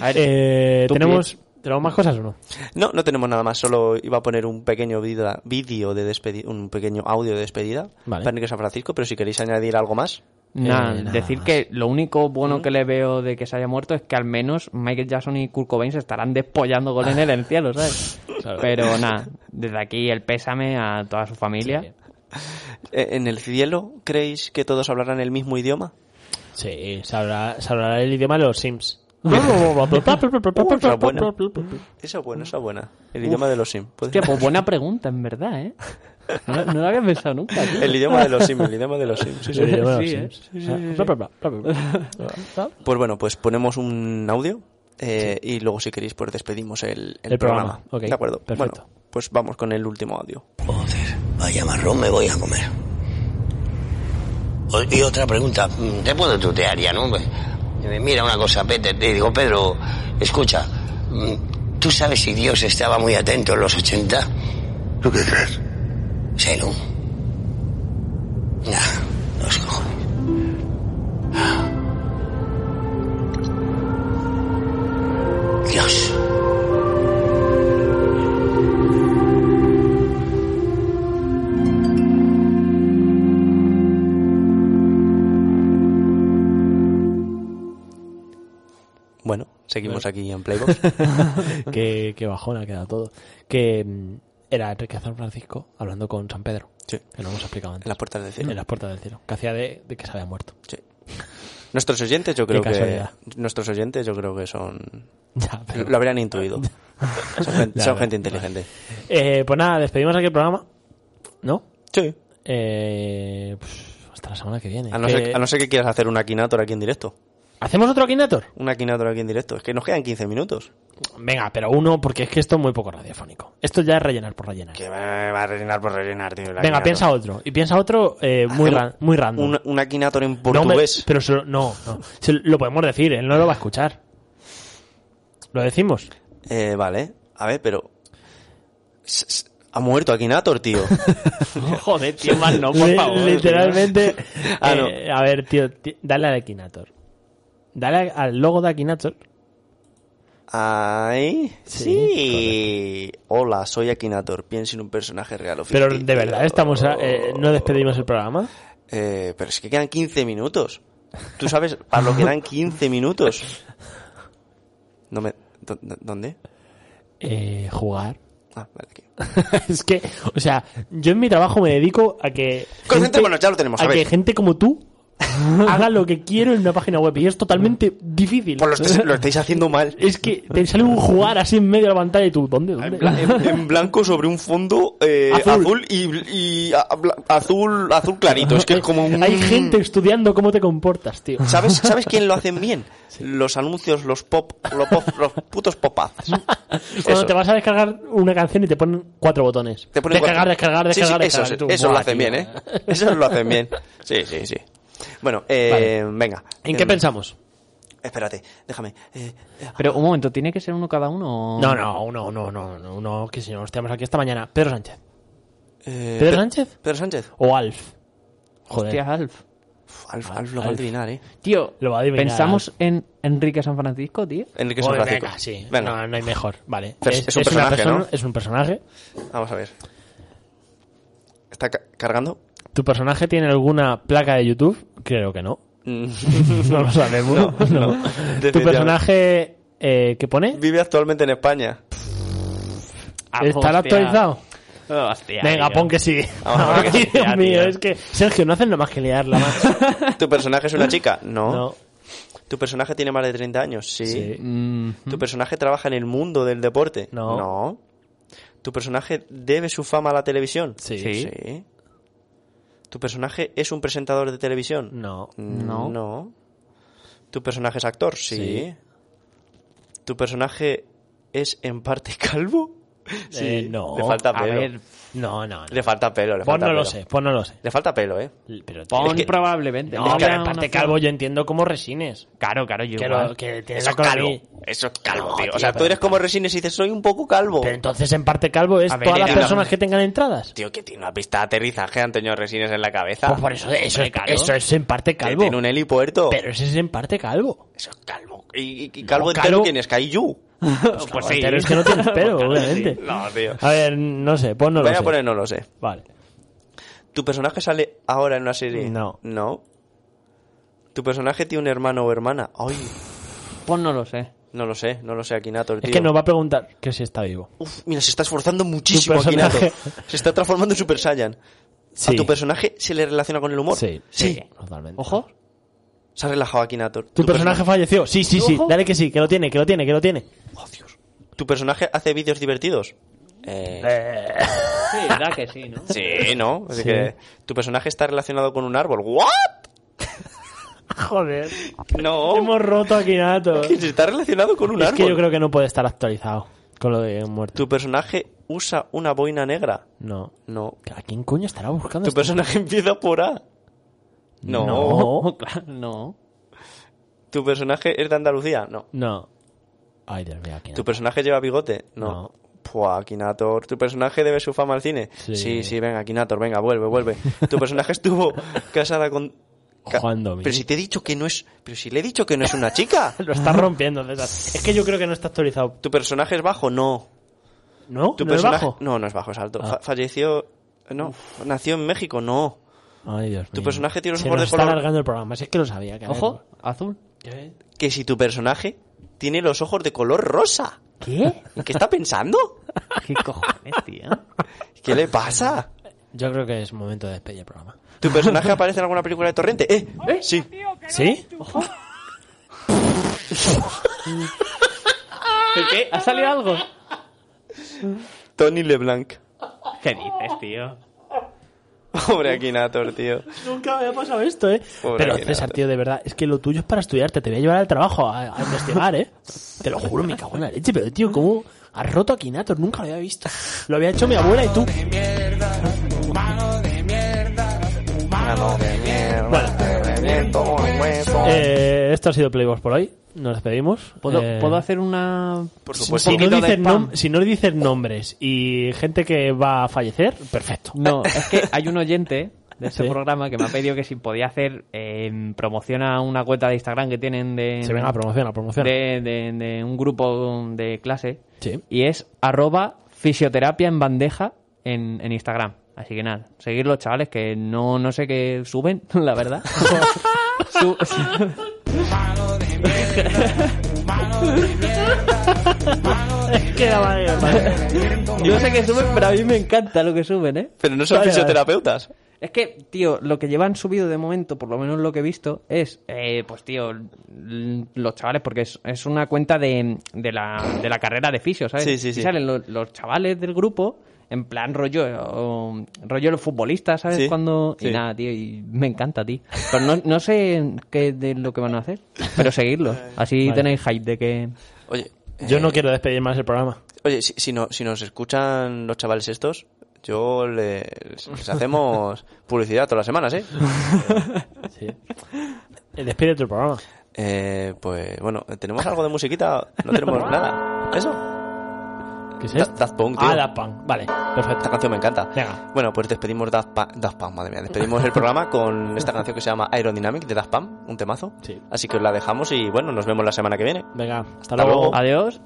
Speaker 4: A ver,
Speaker 3: Eh,
Speaker 4: tú
Speaker 3: ¿tenemos, ¿Tenemos más cosas o no?
Speaker 2: No, no tenemos nada más, solo iba a poner un pequeño vida- vídeo de despedida, un pequeño audio de despedida
Speaker 3: Vale.
Speaker 2: para Enrique San Francisco, pero si queréis añadir algo más,
Speaker 4: Nah,
Speaker 3: nada
Speaker 4: decir
Speaker 3: más.
Speaker 4: que lo único bueno que le veo de que se haya muerto es que al menos Michael Jackson y Kurt Cobain se estarán despollando con él en el cielo, ¿sabes? Pero nada, desde aquí el pésame a toda su familia.
Speaker 2: eh, ¿en el cielo creéis que todos hablarán el mismo idioma?
Speaker 3: Sí, se hablará, se hablará el idioma de los Sims.
Speaker 2: esa es buena. Esa es buena, esa es buena. El idioma de los sim. puede
Speaker 4: Hostia,
Speaker 2: ser.
Speaker 4: pues buena pregunta, en verdad, ¿eh? No, no lo había pensado nunca, tío.
Speaker 2: El idioma de los sim, el idioma de los sim. sí, sí.
Speaker 3: El idioma de los
Speaker 4: Sí,
Speaker 3: Sims. Ah, Bla, bla, bla, bla, bla.
Speaker 2: Pues bueno, pues ponemos un audio eh, y luego si queréis pues despedimos el,
Speaker 3: El programa, ok,
Speaker 2: ¿De acuerdo?
Speaker 3: perfecto.
Speaker 2: Bueno, pues vamos con el último audio.
Speaker 9: Joder, vaya marrón me voy a comer. O- Y otra pregunta, mm, te puedo tutear ya, ¿no? Me- Mira una cosa, Peter, te digo, Pedro, escucha, mm, ¿tú sabes si Dios estaba muy atento en los 80? ¿Tú qué crees? Sé, ¿no? Nah, los cojones. Dios.
Speaker 2: Bueno, seguimos aquí en Playbox.
Speaker 4: Ah,
Speaker 3: Qué, qué bajón ha quedado todo. Que mm, era Enrique San Francisco hablando con San Pedro.
Speaker 2: Sí.
Speaker 3: Que no hemos explicado antes.
Speaker 2: En las puertas del cielo.
Speaker 3: En las puertas del cielo. Que hacía de, de que se había muerto.
Speaker 2: Sí. Nuestros oyentes yo creo que
Speaker 3: casualidad.
Speaker 2: nuestros oyentes yo creo que son
Speaker 3: Ya, pero-
Speaker 2: lo habrían intuido. Son gente,
Speaker 3: Ya,
Speaker 2: son
Speaker 3: ya.
Speaker 2: gente inteligente.
Speaker 3: Eh, pues nada, despedimos aquí el programa. ¿No?
Speaker 2: Sí.
Speaker 3: Eh, pues, hasta la semana que viene.
Speaker 2: A no,
Speaker 3: Que-
Speaker 2: ser, a no ser que quieras hacer una Akinator aquí en directo.
Speaker 3: ¿Hacemos otro Akinator?
Speaker 2: Una Akinator aquí en directo. Es que nos quedan 15 minutos.
Speaker 3: Venga, pero uno, porque es que esto es muy poco radiofónico. Esto ya es rellenar por rellenar.
Speaker 2: Que va va a rellenar por rellenar, tío. el
Speaker 3: Venga,
Speaker 2: Akinator.
Speaker 3: piensa otro. Y piensa otro eh, muy,
Speaker 2: Hacemos
Speaker 3: ra- muy random.
Speaker 2: Un, un Akinator en
Speaker 3: No, hombre,
Speaker 2: portugués.
Speaker 3: pero se lo- no, no. Se lo podemos decir, él no lo va a escuchar. Lo decimos.
Speaker 2: Eh, vale. A ver, pero... S- s- Ha muerto Akinator, tío.
Speaker 4: Joder, tío, más no, por
Speaker 3: Li-
Speaker 4: favor.
Speaker 3: Literalmente.
Speaker 2: Ah,
Speaker 3: eh, a ver, tío, ti- dale al Akinator. Dale al logo de Akinator.
Speaker 2: Ay, sí.
Speaker 3: Sí,
Speaker 2: Hola, soy Akinator. Pienso en un personaje real o
Speaker 3: Pero de
Speaker 2: ficticio. Oh.
Speaker 3: verdad, estamos a- eh, no despedimos el programa.
Speaker 2: Eh, pero es que quedan 15 minutos. Tú sabes, Pablo, quedan 15 minutos. No me... ¿dó- dó- ¿Dónde?
Speaker 3: Eh, jugar.
Speaker 2: Ah, vale, aquí.
Speaker 3: es que, o sea, yo en mi trabajo me dedico a que.
Speaker 2: Concentrémonos, ya lo tenemos,
Speaker 3: A,
Speaker 2: a ver.
Speaker 3: que gente como tú haga lo que quiero en una página web. Y es totalmente difícil.
Speaker 2: Pues lo estáis, lo estáis haciendo mal.
Speaker 3: Es que te sale un jugar así en medio de la pantalla y tú, ¿dónde? dónde?
Speaker 2: En, en blanco sobre un fondo eh, azul.
Speaker 3: Azul.
Speaker 2: y, y a- bla- azul azul clarito. Es que es como un...
Speaker 3: Hay gente estudiando cómo te comportas, tío.
Speaker 2: ¿Sabes, ¿Sabes quién lo hacen bien? Los anuncios, los pop, los, pop- los putos popazos.
Speaker 3: Cuando
Speaker 2: Eso.
Speaker 3: te vas a descargar una canción y te ponen cuatro botones.
Speaker 2: Te ponen
Speaker 3: descargar,
Speaker 2: cuatro.
Speaker 3: descargar,
Speaker 2: Sí, sí,
Speaker 3: descargar,
Speaker 2: eso, es-
Speaker 3: descargar. Y tú,
Speaker 2: eso lo
Speaker 3: "Buah,
Speaker 2: hacen
Speaker 3: tío".
Speaker 2: bien, ¿eh? Eso lo hacen bien. Sí, sí, sí. Bueno, eh, venga.
Speaker 3: ¿En qué
Speaker 2: Em,
Speaker 3: pensamos?
Speaker 2: Espérate, déjame. Eh, eh,
Speaker 4: Pero un momento, ¿tiene que ser uno cada uno? o-
Speaker 3: No, no, uno, uno, no, no, uno, que si no, nos tenemos aquí esta mañana. Pedro Sánchez.
Speaker 2: eh,
Speaker 3: ¿Pedro
Speaker 2: Pe-
Speaker 3: Sánchez?
Speaker 2: Pedro Sánchez.
Speaker 3: O Alf. Joder.
Speaker 4: Hostia, Alf.
Speaker 2: Uf, Alf, Alf lo va a
Speaker 3: Alf.
Speaker 2: adivinar, ¿eh?
Speaker 4: Tío,
Speaker 3: Lo va a adivinar,
Speaker 4: pensamos en Enrique San Francisco, tío.
Speaker 2: Enrique San
Speaker 3: Joder,
Speaker 2: Francisco.
Speaker 3: venga, sí.
Speaker 2: Venga,
Speaker 3: No, no hay mejor. Vale.
Speaker 2: Pero es- es un
Speaker 3: una
Speaker 2: personaje,
Speaker 3: persona-
Speaker 2: ¿no?
Speaker 3: Es un personaje.
Speaker 2: vamos a ver. ¿Está ca- cargando?
Speaker 3: ¿Tu personaje tiene alguna placa de YouTube? Creo que no.
Speaker 2: Mm.
Speaker 3: No lo sabemos.
Speaker 2: No, no.
Speaker 3: No. ¿Tu
Speaker 2: Definitivamente.
Speaker 3: personaje eh, qué pone?
Speaker 2: Vive actualmente en España.
Speaker 4: Ah,
Speaker 3: ¿Estará
Speaker 4: hostia.
Speaker 3: actualizado?
Speaker 4: Oh, hostia,
Speaker 3: Venga,
Speaker 4: tío.
Speaker 3: pon que sí.
Speaker 2: Vamos a ver Ah, que
Speaker 3: Ay,
Speaker 2: sí,
Speaker 3: Dios
Speaker 4: ya,
Speaker 3: mío,
Speaker 4: tío.
Speaker 3: es que Sergio, no hacen nada más que liarla más.
Speaker 2: ¿Tu personaje es una chica? No.
Speaker 3: No.
Speaker 2: ¿Tu personaje tiene más de 30 años? Sí.
Speaker 3: Sí.
Speaker 4: Mm,
Speaker 2: ¿Tu personaje trabaja en el mundo del deporte?
Speaker 3: No.
Speaker 2: No. ¿Tu personaje debe su fama a la televisión?
Speaker 3: Sí.
Speaker 4: Sí.
Speaker 2: Sí. ¿Tu personaje es un presentador de televisión? Mm,
Speaker 3: No.
Speaker 4: No.
Speaker 2: No. ¿Tu personaje es actor? Sí.
Speaker 3: Sí.
Speaker 2: ¿Tu personaje es en parte calvo?
Speaker 3: Eh, no.
Speaker 2: Le falta
Speaker 4: a
Speaker 2: pelo.
Speaker 4: ver,
Speaker 3: No, no. no.
Speaker 2: Le falta pelo, le
Speaker 3: Pues
Speaker 2: falta
Speaker 3: no
Speaker 2: pelo.
Speaker 3: lo sé, pues no lo sé.
Speaker 2: Le falta pelo, ¿eh?
Speaker 3: Pero, tío,
Speaker 4: pon
Speaker 2: Es que-
Speaker 4: probablemente.
Speaker 3: no, pero
Speaker 4: una-
Speaker 3: en
Speaker 4: una-
Speaker 3: parte calvo yo entiendo como resines.
Speaker 4: Claro, claro, yo
Speaker 3: Que,
Speaker 4: igual.
Speaker 3: lo, que tiene
Speaker 2: Eso
Speaker 3: la
Speaker 2: es
Speaker 3: cola
Speaker 2: calvo.
Speaker 3: ahí.
Speaker 2: Eso es calvo,
Speaker 3: No,
Speaker 2: tío. O
Speaker 3: tío,
Speaker 2: sea, tú
Speaker 3: pero-
Speaker 2: eres como Resines y dices, soy un poco calvo.
Speaker 3: Pero entonces en parte calvo es
Speaker 4: A ver,
Speaker 3: todas las
Speaker 4: venga.
Speaker 3: personas que tengan entradas.
Speaker 2: Tío, que tiene una pista de aterrizaje Antonio Resines en la cabeza.
Speaker 3: Pues por eso, eso, es,
Speaker 4: claro.
Speaker 3: eso es en parte
Speaker 2: Que
Speaker 3: calvo.
Speaker 2: tiene un helipuerto.
Speaker 3: Pero ese es en parte calvo.
Speaker 2: Eso es calvo. ¿Y, y- y calvo
Speaker 3: No,
Speaker 2: entero
Speaker 3: calvo.
Speaker 2: quién es? ¿Caillou?
Speaker 4: Pues,
Speaker 3: Claro,
Speaker 4: sí.
Speaker 3: Pero es que no tienes pelo, obviamente.
Speaker 2: No, tío.
Speaker 3: A ver, no sé, pues Ah, no
Speaker 2: Voy
Speaker 3: lo
Speaker 2: a
Speaker 3: sé.
Speaker 2: poner no lo sé.
Speaker 3: Vale.
Speaker 2: ¿Tu personaje sale ahora en una serie?
Speaker 3: No.
Speaker 2: No. ¿Tu personaje tiene un hermano o hermana? Ay,
Speaker 4: Pues no lo sé.
Speaker 2: no lo sé, no lo sé, Akinator, tío.
Speaker 3: Es que nos va a preguntar que si está vivo.
Speaker 2: Uf, mira, se está esforzando muchísimo
Speaker 3: Tu personaje-
Speaker 2: Akinator. Se está transformando en Super Saiyan.
Speaker 3: Sí.
Speaker 2: ¿A tu personaje se le relaciona con el humor?
Speaker 3: Sí.
Speaker 2: Sí.
Speaker 3: Totalmente.
Speaker 4: Ojo.
Speaker 2: Se ha relajado Akinator.
Speaker 3: ¿Tu, personaje falleció? Sí, sí, sí.
Speaker 4: Ojo.
Speaker 3: Dale que sí, que lo tiene, que lo tiene, que lo tiene.
Speaker 2: perso- ¿Tu personaje hace vídeos divertidos? Eh...
Speaker 4: Sí, verdad que sí, ¿no?
Speaker 2: Sí, ¿no? Así
Speaker 3: Sí.
Speaker 2: que tu personaje está relacionado con un árbol. ¿What?
Speaker 3: Joder.
Speaker 2: No.
Speaker 3: Hemos roto aquí Nato.
Speaker 2: Que se está relacionado con un
Speaker 3: Es
Speaker 2: árbol.
Speaker 3: que yo creo que no puede estar actualizado con lo de muerto.
Speaker 2: Tu personaje usa una boina negra.
Speaker 3: No.
Speaker 2: No.
Speaker 3: ¿A quién coño estará buscando
Speaker 2: Tu
Speaker 3: esto?
Speaker 2: personaje empieza por A. No.
Speaker 3: No.
Speaker 4: Claro, no.
Speaker 2: Tu personaje es de Andalucía. No.
Speaker 3: No. Ay, Dios mío, aquí
Speaker 2: Tu personaje lleva bigote. No.
Speaker 3: No.
Speaker 2: Pua, Akinator. ¿Tu personaje debe su fama al cine?
Speaker 3: Sí.
Speaker 2: sí, venga, Akinator, venga, vuelve, vuelve. Tu personaje estuvo casada con... ca-
Speaker 3: Juan Domi.
Speaker 2: Pero si te he dicho que no es... Pero si le he dicho que no es una chica.
Speaker 3: Lo está rompiendo, César. Es que yo creo que no está actualizado.
Speaker 2: ¿Tu personaje es bajo? No.
Speaker 3: ¿No?
Speaker 2: ¿Tu
Speaker 3: ¿No es
Speaker 2: personaje?
Speaker 3: bajo?
Speaker 2: No, no es bajo, es alto.
Speaker 3: Ah.
Speaker 2: Fa- falleció. No, nació en México, no.
Speaker 3: Ay, Dios mío.
Speaker 2: Tu personaje tiene los
Speaker 3: Se
Speaker 2: ojos
Speaker 3: nos
Speaker 2: de
Speaker 3: está
Speaker 2: color-
Speaker 3: alargando el programa. Si es que lo sabía. que-
Speaker 4: Ojo, azul.
Speaker 2: Que si tu personaje tiene los ojos de color rosa.
Speaker 4: ¿Qué?
Speaker 2: ¿En qué está pensando?
Speaker 4: ¿Qué cojones, tío?
Speaker 2: ¿Qué le pasa?
Speaker 3: Yo creo que es momento de despedir el programa.
Speaker 2: ¿Tu personaje aparece en alguna película de Torrente? ¡Eh! Sí.
Speaker 3: ¿Sí?
Speaker 4: ¿Qué? ¿Ha salido algo?
Speaker 2: Tony LeBlanc.
Speaker 4: ¿Qué dices, tío?
Speaker 2: Pobre Akinator, tío.
Speaker 3: Nunca me ha pasado esto, ¿eh?
Speaker 2: Pobre
Speaker 3: Pero
Speaker 2: Aguinaldo.
Speaker 3: César, tío, de verdad, es que lo tuyo es para estudiarte. Te voy a llevar al trabajo a, a investigar, ¿eh? Te lo juro, me cago en la leche. Pero, tío, ¿cómo has roto a Kinator? Nunca lo había visto. Lo había hecho mi abuela y tú. Eh, esto ha sido Playbox por hoy. Nos despedimos.
Speaker 4: ¿Puedo,
Speaker 3: Eh,
Speaker 4: ¿puedo hacer una...?
Speaker 2: Por
Speaker 3: si-
Speaker 2: supuesto.
Speaker 3: Si no,
Speaker 4: poquito de
Speaker 3: dices
Speaker 4: spam?
Speaker 3: nom- si no dices nombres y gente que va a fallecer, perfecto.
Speaker 4: No, es que hay un oyente de este
Speaker 3: Sí.
Speaker 4: programa que me ha pedido que si podía hacer eh, promoción a una cuenta de Instagram que tienen de...
Speaker 3: Se venga, promociona, promociona.
Speaker 4: de, de- de un grupo de clase.
Speaker 3: Sí.
Speaker 4: Y es arroba fisioterapia en bandeja en, en Instagram. Así que nada, seguir los chavales que no, no sé qué suben, la verdad. Su-
Speaker 3: es que la madre que me parió.
Speaker 4: Yo sé que suben, pero a mí me encanta lo que suben, ¿eh?
Speaker 2: Pero no son
Speaker 3: Vale, vale.
Speaker 2: fisioterapeutas.
Speaker 4: Es que, tío, lo que llevan subido de momento, por lo menos lo que he visto, es, eh, pues, tío, l- los chavales, porque es, es una cuenta de, de, la, de la carrera de fisio, ¿sabes?
Speaker 2: Sí, sí,
Speaker 4: Y
Speaker 2: sí.
Speaker 4: salen lo- los chavales del grupo, en plan rollo, o- rollo los futbolistas, ¿sabes?
Speaker 2: Sí,
Speaker 4: Cuando...
Speaker 2: sí.
Speaker 4: Y nada, tío, y me encanta, tío. Pero no, no sé qué de lo que van a hacer, pero seguirlos. Así
Speaker 3: Vale.
Speaker 4: tenéis hype de que...
Speaker 2: Oye, eh,
Speaker 3: Yo no quiero despedir más el programa.
Speaker 2: oye si, si no, si nos escuchan los chavales estos, yo les, les hacemos publicidad todas las semanas, ¿eh?
Speaker 3: Sí. Eh, Despide tu programa.
Speaker 2: Eh, Pues bueno, ¿tenemos algo de musiquita? No tenemos nada. ¿Eso?
Speaker 3: ¿Qué es
Speaker 2: Da-
Speaker 3: esto?
Speaker 2: Daft Punk, tío.
Speaker 3: Ah, Daft Punk. Vale, perfecto.
Speaker 2: Esta canción me encanta.
Speaker 3: Venga.
Speaker 2: Bueno, pues despedimos Daft, Pa- Daft Punk, madre mía. Despedimos el programa con esta canción que se llama Aerodynamic de Daft Punk, un temazo.
Speaker 3: Sí.
Speaker 2: Así que os la dejamos y bueno, nos vemos la semana que viene.
Speaker 3: Venga, hasta,
Speaker 2: Hasta luego.
Speaker 4: Adiós.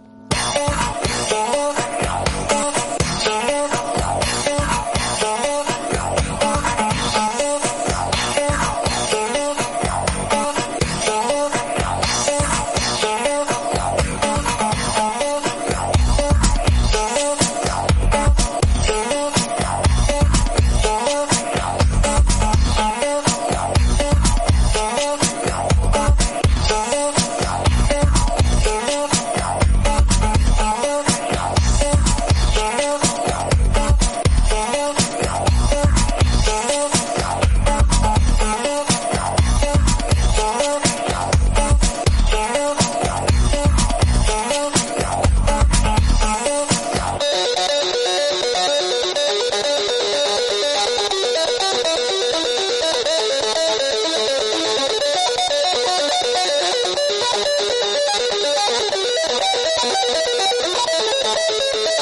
Speaker 5: Thank